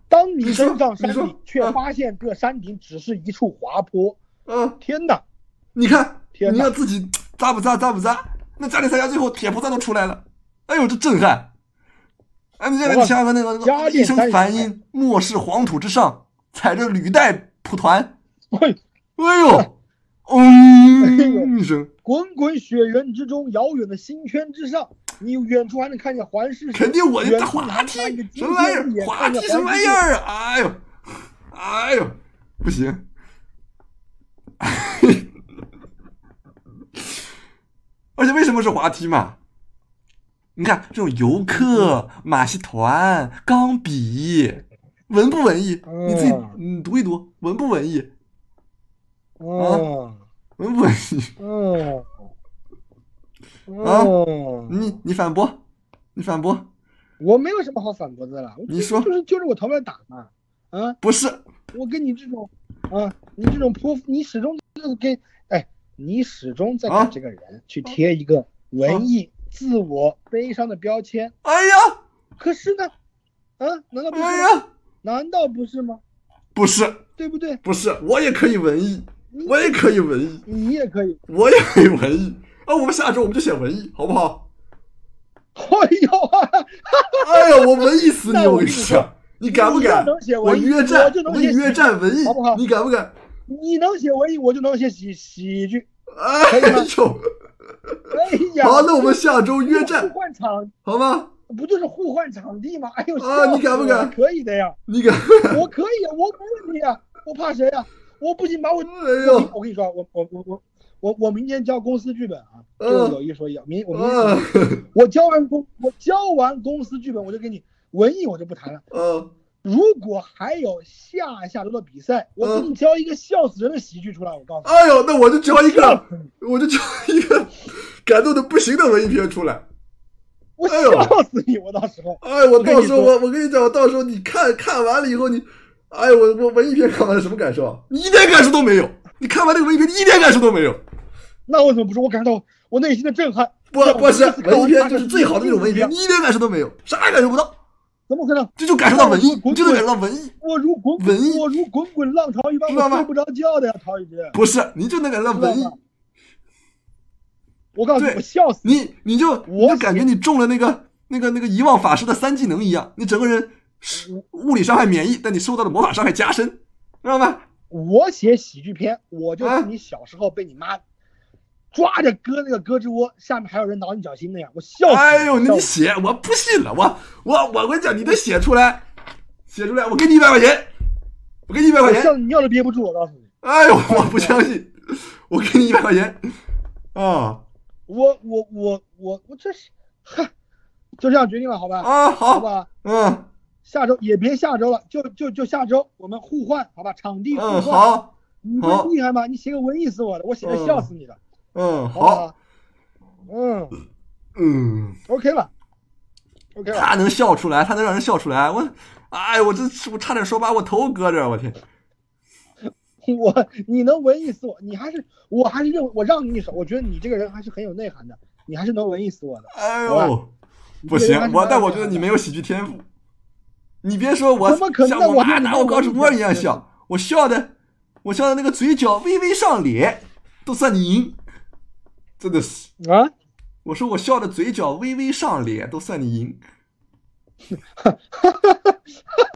B: 当你
A: 你说
B: 登上山
A: 你说
B: 顶，却
A: 啊
B: 发现这山顶只是一处滑坡。
A: 嗯，
B: 天哪！ [laughs]
A: 你看，
B: 天哪
A: 你要自己扎不扎扎不扎？那加里三峡最后铁菩萨都出来了，哎呦，这震撼！哎，你这个
B: 我
A: 你想想看那个那
B: 加
A: 个
B: 里
A: 一
B: 三
A: 声
B: 峡
A: 梵音，漠视黄土之上，踩着履带蒲团，
B: 喂，
A: 哎
B: [laughs]
A: 呦，
B: 哎
A: 嗡一声，
B: 滚滚雪原之中，遥远的星圈之上，你远处还能看见环视线，
A: 肯定我就
B: 远
A: 这
B: 处你
A: 滑
B: 还
A: 梯
B: 看见
A: 什么玩意
B: 金
A: 儿？
B: 边
A: 滑梯什么玩意？儿啊？哎呦，哎呦，不行， [laughs] 而且为什么是滑梯嘛？你看这种游客、马戏团、钢笔，文不文艺？你自己
B: 嗯
A: 你读一读，文不文艺？啊
B: 嗯
A: 文不文艺？
B: 嗯
A: 啊
B: 嗯，
A: 你你反驳，你反驳，
B: 我没有什么好反驳的了。我
A: 你
B: 就是
A: 说
B: 就是揪着我头发打嘛。啊，
A: 不是
B: 我跟你这种啊，你这种泼妇，你始终就是跟哎，你始终在
A: 啊
B: 给这个人去贴一个文艺、自我、悲伤的标签。
A: 哎呀，
B: 可是呢，啊，难道不是吗？
A: 哎呀，
B: 难道不是吗？
A: 不是，
B: 对不对？
A: 不是，我也可以文艺，我也可以文艺，
B: 你也可以。
A: 我也可以文艺。啊，我们下周我们就写文艺，好不
B: [laughs]
A: 好？
B: 哎呦啊！
A: 哎呀，我文艺死你！我跟你讲，你敢不敢
B: 你要能写？
A: 我
B: 文艺
A: 约战
B: 我就，能
A: 我
B: 写
A: 跟你约战文艺
B: 好不好，
A: 你敢不敢？
B: 你能写文艺，我就能写喜喜剧。
A: 哎
B: 以吗
A: 呦，
B: 哎呀，
A: 好，那我们下周
B: 不
A: 约
B: 互
A: 战，
B: 换场
A: 好吗？
B: 不就是互换场地吗？哎呦，
A: 啊
B: 笑
A: 你敢不敢
B: 死我了可以的呀，
A: 你
B: [laughs]
A: 敢？
B: 我可以啊，我没问题啊，我怕谁啊？我不仅把我，
A: 哎呦，
B: 我跟你说啊，我我我我我我明天交公司剧本啊，
A: 嗯
B: 这个有一说一啊，明我明
A: 啊
B: 天我交完公我交完公司剧本，我就给你文艺我就不谈了。
A: 啊！
B: 如果还有下下周的
A: 嗯
B: 比赛，我给你交一个笑死人的喜剧出来，我告诉你。
A: 哎呦，那我就挑一
B: 笑
A: 个，
B: 死你
A: 我就挑一个感动的不行的文艺片出来。
B: 我
A: 哎呦
B: 笑死你！我到时候
A: 哎，我到时候
B: 我跟你说
A: 我我跟你讲，我到时候你看看完了以后，你，哎，我我文艺片看完了什么感受啊？你一点感受都没有，你看完那个文艺片你一点感受都没有。
B: 那我怎么不说？我感受到我内心的震撼。
A: 不
B: 那我
A: 不是
B: 第一次看
A: 文艺
B: 完
A: 片
B: 发
A: 就
B: 现
A: 是最好的那种文艺片，
B: 自己
A: 你一点感受都没有，啥也感受不到，
B: 怎么可能？
A: 这就感受到文
B: 那我
A: 艺
B: 就，滚
A: 你就能感受到文艺，
B: 我如滚滚，
A: 文艺
B: 我如滚滚浪潮一般，
A: 知道
B: 我
A: 吗
B: 睡不着觉的呀，陶宇君。
A: 不是，你就能感受到文
B: 知
A: 艺
B: 道，吗我告诉你，
A: 对
B: 我笑死
A: 你你就你
B: 我
A: 就感觉你中了那个那个那个遗忘法师的三技能一样，你整个人物理伤害免疫，但你受到的魔法伤害加深，知道吗？
B: 我写喜剧片，我就
A: 啊
B: 是你小时候被你妈抓着搁那个胳肢窝，下面还有人挠你脚心的呀，我笑死你。
A: 哎呦，
B: 笑
A: 你
B: 死
A: 写我不信了，我我我跟你讲，你得写出来，写出来，我给你一百块钱，我给你一百
B: 我
A: 块
B: 笑
A: 钱，
B: 得你尿都憋不住，我告诉你，
A: 哎呦，我不相信，我给你一百块钱，啊
B: 我我我我我这是，哼，就这样决定了，好吧？
A: 啊
B: 好
A: 好，
B: 吧，
A: 嗯
B: 下周也别下周了，就就就下周我们互换，好吧？场地互换。
A: 嗯好，
B: 你
A: 好
B: 厉害吗？你写个文艺死我的，我写个
A: 嗯
B: 笑死你的，
A: 嗯
B: 好不
A: 好，
B: 好？嗯
A: 嗯，
B: ，OK 了，OK 了，
A: 他能笑出来，他能让人笑出来，我，哎，我这我差点说把我头搁这儿，我天，
B: [laughs] 我你能文艺死我，你还是我还是认为我让你一手，我觉得你这个人还是很有内涵的，你还是能文艺死我的。
A: 哎
B: 好
A: 呦，不
B: 你这人
A: 行
B: 还，是
A: 我
B: 蛮
A: 但
B: 有
A: 我
B: 内
A: 觉得
B: 涵
A: 你
B: 的
A: 没有喜剧天赋，你别说我
B: 怎么可能
A: 像
B: 呢
A: 我
B: 我
A: 妈
B: 觉得你
A: 拿
B: 没
A: 我
B: 有
A: 搞
B: 文
A: 什
B: 艺
A: 么
B: 天
A: 一样
B: 赋
A: 笑，我笑的我想想那个嘴角微微上咧，都算你赢，真的是。
B: 啊，
A: 我说我笑的嘴角微微上咧，都算你
B: [laughs]
A: 赢。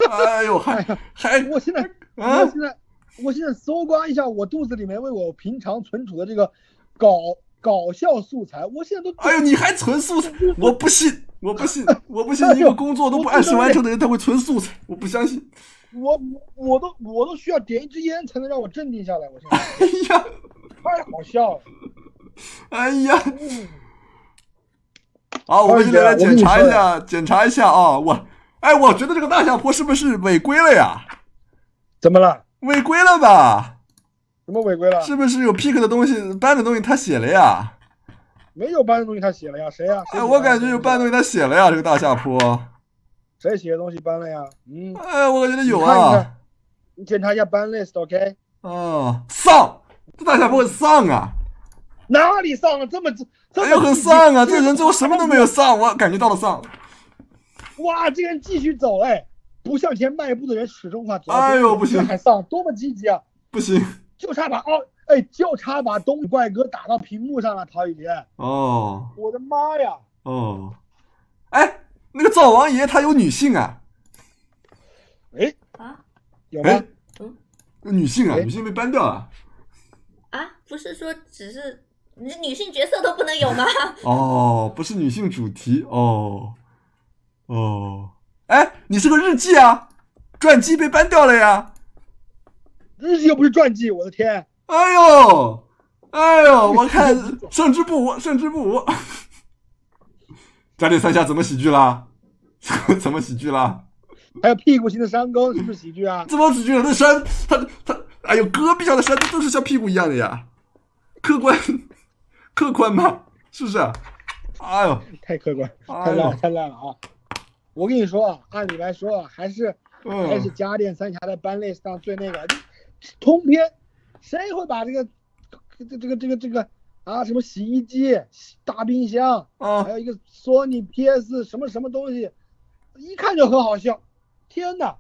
A: 哎呦，还还
B: 我现在我
A: 啊
B: [laughs] 现在，我现在搜刮一下我肚子里面为我平常存储的这个搞搞笑素材，我现在都
A: 哎呦，你还存素材？我不信，我不信，我不信
B: 哎
A: 一个工作都不按时完成的人他会存素材，我不相信。
B: 我我都我都需要点一支烟才能让我镇定下来，我现在
A: 哎呀，
B: 太好笑了。
A: 哎呀，
B: 嗯，
A: 好，我们现在来
B: 二姐我
A: 检
B: 跟你
A: 查
B: 说
A: 一下，检查一下啊，我，哎，我觉得这个大下坡是不是违规了呀？
B: 怎么了？
A: 违规了吧？
B: 什么违规了？
A: 是不是有 pick 的东西、搬的东西他写了呀？
B: 没有搬的东西他写了呀？谁呀？谁
A: 哎，
B: 写
A: 我感觉有搬
B: 搬
A: 的东西他写了呀，这个大下坡。
B: 谁写的东西搬了呀？嗯，
A: 哎，我感觉有
B: 你看一
A: 啊
B: 看。你检查一下搬 list，OK？、
A: 哦，丧，这大下坡很丧啊，
B: 哪里上了这么这
A: 哎
B: 么
A: 呦，很
B: 继续
A: 丧啊，这人最后什么都没有丧，我感觉到了丧。
B: 哇，这个人继续走哎，不向前迈一步的人始终无法走。
A: 哎呦不行
B: 还上，多么积极啊！
A: 不行
B: 就差把哦，哎，就差把东野怪哥打到屏幕上了，陶雨洁，
A: 哦
B: 我的妈呀！
A: 哦，哎，那个灶王爷他有女性啊，
B: 哎，
C: 啊
B: 有吗？
A: 哎
C: 嗯，
A: 女性啊，
B: 哎
A: 女性被搬掉了。
C: 啊，不是说只是你女性角色都不能有 [laughs] 吗？
A: 哦，不是女性主题哦哦，哎，你是个日记啊，传记被搬掉了呀。
B: 日记又不是传记，我的天！
A: 哎呦哎呦，我 [laughs] 看胜之不武，胜之不武。加点三下怎么喜剧啦？ [laughs] 怎么喜剧啦？
B: 还有屁股型的山沟，是不是喜剧啊？
A: 怎么喜剧了？那山，他他，哎呦，戈壁上的山都是像屁股一样的呀，客观， [laughs] 客观嘛，是不是？哎呦，
B: 太客观，
A: 哎
B: 太烂了，
A: 呦，
B: 太烂了啊！我跟你说啊，按理来说啊，还是还是
A: 嗯，
B: 家电三峡的班 list 上最那个，通篇谁会把这个这这个这个这个啊什么洗衣机、洗大冰箱，
A: 啊
B: 还，有一个索尼 PS 什么什么东西，一看就很好笑。天哪，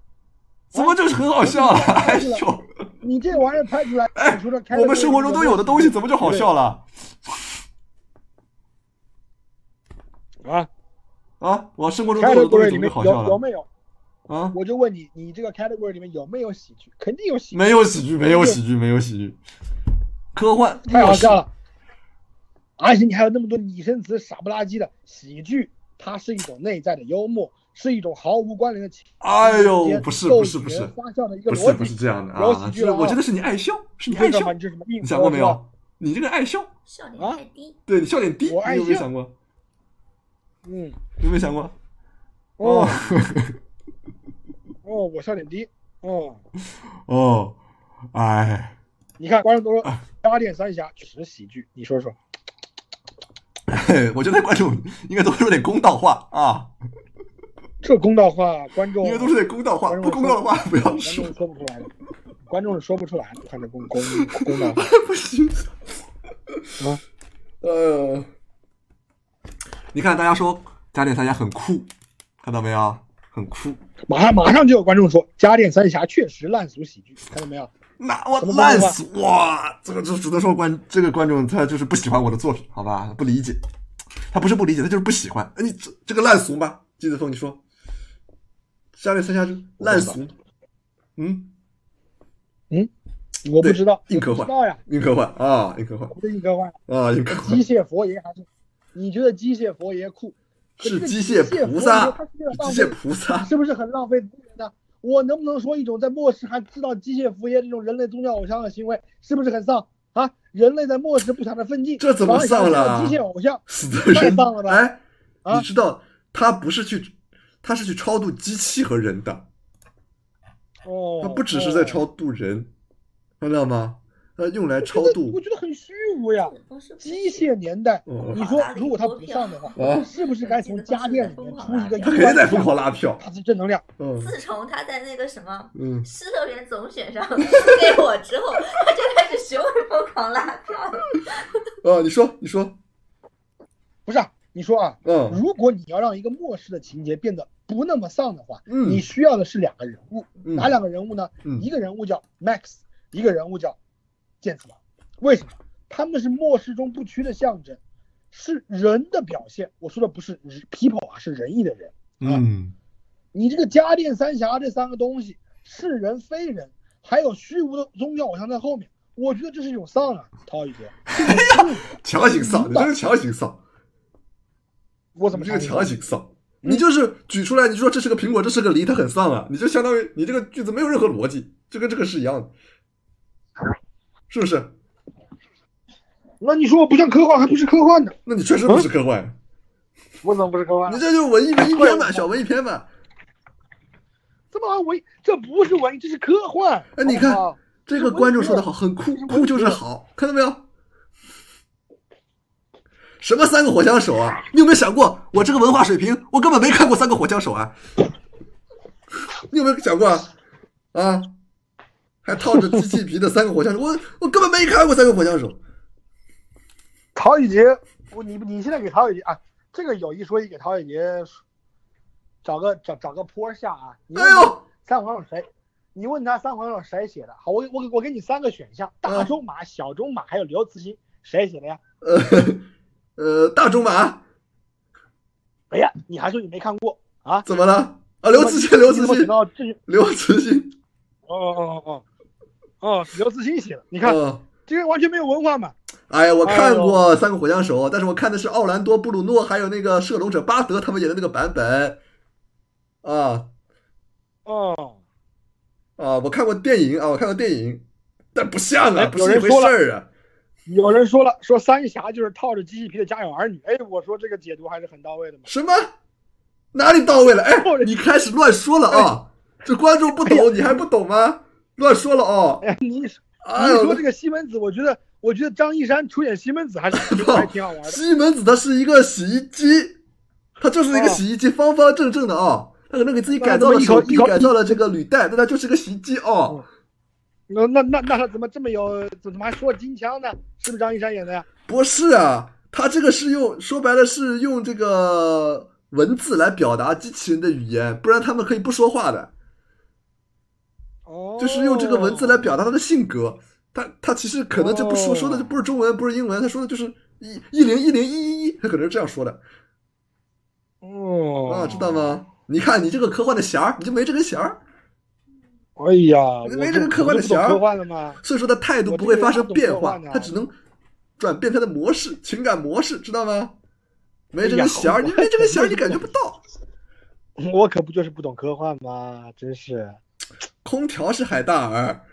A: 怎么就是很好笑了？哎呦，
B: 你这玩意儿拍出来，你除了开
A: 哎我们生活中都有的东西，怎么就好笑了？
B: 啊？
A: 啊，我生活中都有的东
B: category
A: 西怎么
B: 里面
A: 就好笑
B: 有有
A: 了？
B: 没有？
A: 啊，
B: 我就问你，你这个 category 里面有没有喜剧？肯定有喜剧，
A: 没有喜剧，没有喜剧，没有喜剧，科幻
B: 太好笑了。而且你还有那么多拟声词，傻不拉几的喜剧，它是一种内在的幽默，是一种毫无关联的情。
A: 哎呦，不是
B: 逗
A: 不是
B: 引
A: 不
B: 人
A: 是
B: 发笑的一个
A: 不
B: 逻
A: 是
B: 辑。
A: 不是这样的
B: 有
A: 啊，
B: 喜剧
A: 是
B: 了啊
A: 我觉得是你爱笑，是你
B: 你这
A: 爱
B: 个
A: 笑
B: 嘛，，你这什么硬
A: 你
B: 核？
A: 想过没
B: 是吧？
A: 有？你这个爱笑，
C: 笑点
B: 啊
C: 太低，
A: 对你笑点低，
B: 我爱
A: 你有没有
B: 笑
A: 想过？
B: 嗯，
A: 有没有想过？哦
B: 哦哦，我笑点低。哦，
A: 哦，哎， [laughs]
B: 你看观众都说八点三峡确实喜剧，你说说，
A: 我觉得观众应该多说点公道话啊，
B: 哦这公道话观众
A: 应该多说点公道话，
B: 观众
A: 不公道的话不要
B: 观众
A: 说
B: 是，说不出来的， [laughs] 观众是说不出来的，看这公公公道话。
A: 不行。
B: 啊，
A: 呃，你看大家说加点大家很酷，看到没有？很酷。
B: [laughs] 马上马上就有观众说，《家电三峡》确实烂俗喜剧，看到没有？
A: 那我
B: 什么
A: 烂
B: 公道话
A: 死哇！这个就只能说观这个观众他就是不喜欢我的作品，好吧？不理解，他不是不理解，他就是不喜欢。哎你这这个烂俗吗？金子峰，你说，下面三下就烂俗，嗯，
B: 我不知道，
A: 硬科
B: 不
A: 幻
B: 知，道呀，
A: 硬科幻啊，硬科幻
B: 我不是硬科幻，
A: 啊，硬科
B: 机
A: 幻
B: 械佛爷还是？你觉得机械佛爷酷？可
A: 是
B: 这
A: 机
B: 械
A: 械
B: 佛爷
A: 菩萨
B: 它是，有点浪
A: 机
B: 费
A: 械菩萨，
B: 是不是很浪费资源呢？我能不能说一种在末世还知道机械佛爷这种人类宗教偶像的行为，是不是很丧啊？人类在末世不想着奋进，
A: 这怎么
B: 反而想
A: 丧了
B: 要机械偶像，
A: 死的人
B: 太棒了吧
A: 哎，
B: 啊
A: 你知道他不是去，他是去超度机器和人的，
B: 哦，
A: 他不只是在超
B: 哦，
A: 度人，看到吗？他用来超
B: 我觉得我
A: 度
B: 觉得很虚无呀。
C: 不是不是
B: 机械年代，
A: 哦
B: 你说如果他不上的话，
A: 啊，
B: 是不是该从家电里面出一个？
A: 他肯定在疯狂拉啊票，
B: 它是正能量，
A: 嗯
C: 自从他在那个什么
A: 嗯，
C: 狮头人总选上 [laughs] 给我之后，他就开始学会疯狂拉票了。
A: 哦，你说你说，
B: 不是、啊？你说啊，
A: 嗯
B: 如果你要让一个末世的情节变得不那么丧的话，
A: 嗯
B: 你需要的是两个人物，
A: 嗯
B: 哪两个人物呢？
A: 嗯
B: 一个人物叫 Max，一个人物叫剑次郎。为什么？他们是末世中不屈的象征，是人的表现。我说的不是 people 啊，是仁义的人。
A: 嗯
B: 你这个家电三峡这三个东西是人非人，还有虚无的宗教偶像在后面，我觉得这是一种丧啊，涛宇哥。这种丧
A: 强行扫，你这是强行扫，
B: 我怎
A: 你
B: 么
A: 这个
B: 强嗯
A: 强行扫，你就是举出来，你就说这是个苹果，这是个梨，它很丧啊，你就相当于你这个句子没有任何逻辑，就跟这个是一样的，是不是？
B: 那你说我不像科幻，还不是科幻呢？
A: 那你确实不
B: 嗯
A: 是科幻，
B: 我怎么不是科幻
A: 你？这就是文艺文艺片版，小文艺片版。
B: 这么文，这不是文艺，这是科幻。
A: 哎你看
B: 好不好
A: 这个观众说的好，很酷，酷就是好，看到没有？什么三个火枪手啊？你有没有想过，我这个文化水平，我根本没看过三个火枪手啊？你有没有想过啊？啊，还套着机器皮的三个火枪手，我我根本没看过三个火枪手。
B: 陶宇杰，我你你现在给陶宇杰啊，这个有一说一，给陶宇杰找个找找个坡下啊。你问
A: 哎
B: 他
A: 呦，
B: 三环手谁？你问他三环手谁写的？好，我我我给你三个选项：
A: 嗯
B: 大中马、小中马，还有刘慈欣，谁写的呀？
A: 呃呃，大仲马
B: 哎呀，你还说你没看过啊？
A: 怎么了？啊，刘慈欣，刘慈
B: 我只
A: 欣
B: 知，道这是
A: 刘慈欣，
B: 哦哦哦哦哦，刘慈欣写的。你看，
A: 嗯。
B: 这个完全没有文化嘛。
A: 哎呀，我看过《三个火枪手》，但是我看的是奥兰多·布鲁诺还有那个射龙者巴德他们演的那个版本。啊
B: 哦，
A: 啊，我看过电影啊，我看过电影，但不像啊，
B: 哎
A: 不是一回事儿啊。
B: 有人说了，说三峡就是套着机器皮的家有儿女。哎，我说这个解读还是很到位的嘛。
A: 什么？哪里到位了？哎
B: 有，人哎
A: 你开始乱说了啊！这观众不懂，你还不懂吗？乱说了哦！
B: 哎，你说
A: 哎
B: 你说
A: 呦
B: 这，个西门子，我觉得我觉得张一山出演西门
A: [laughs]
B: 子还是还挺好玩的。
A: 西门子它是一个洗衣机，它就是
B: 哦
A: 一个洗衣机，方方正正的啊。它可能给自己
B: 哎
A: 改造了手臂，改造了这个履带，但它就是个洗衣机哦。
B: 那那那那他怎么这么有？怎么还说金枪呢？是不是张一山演的呀？
A: 不是啊，他这个是用说白了是用这个文字来表达机器人的语言，不然他们可以不说话的，
B: 哦，
A: 就是用这个文字来表达他的性格。他他其实可能就不说
B: 哦
A: 说的就不是中文，不是英文，他说的就是一一零一零一一一，他可能是这样说的
B: 哦
A: 啊，知道？吗？你看你这个科幻的弦儿，你就没这根弦儿，
B: 哎呀，
A: 你
B: 我
A: 没这个
B: 就
A: 科幻的
B: 我就不
A: 弦
B: 懂
A: 儿
B: 科幻了吗？
A: 所以说他态度
B: 我
A: 不
B: 这
A: 会
B: 个
A: 发
B: 人
A: 生
B: 懂
A: 变
B: 科
A: 化
B: 幻的，啊
A: 他只能转变他的模式、情感模式，知道吗？没这
B: 哎
A: 根
B: 呀
A: 弦儿，
B: [laughs] 我
A: 你没这根弦儿，你感觉不到。
B: [laughs] 我可不就是不懂科幻吗？真是，
A: 空调是海大儿，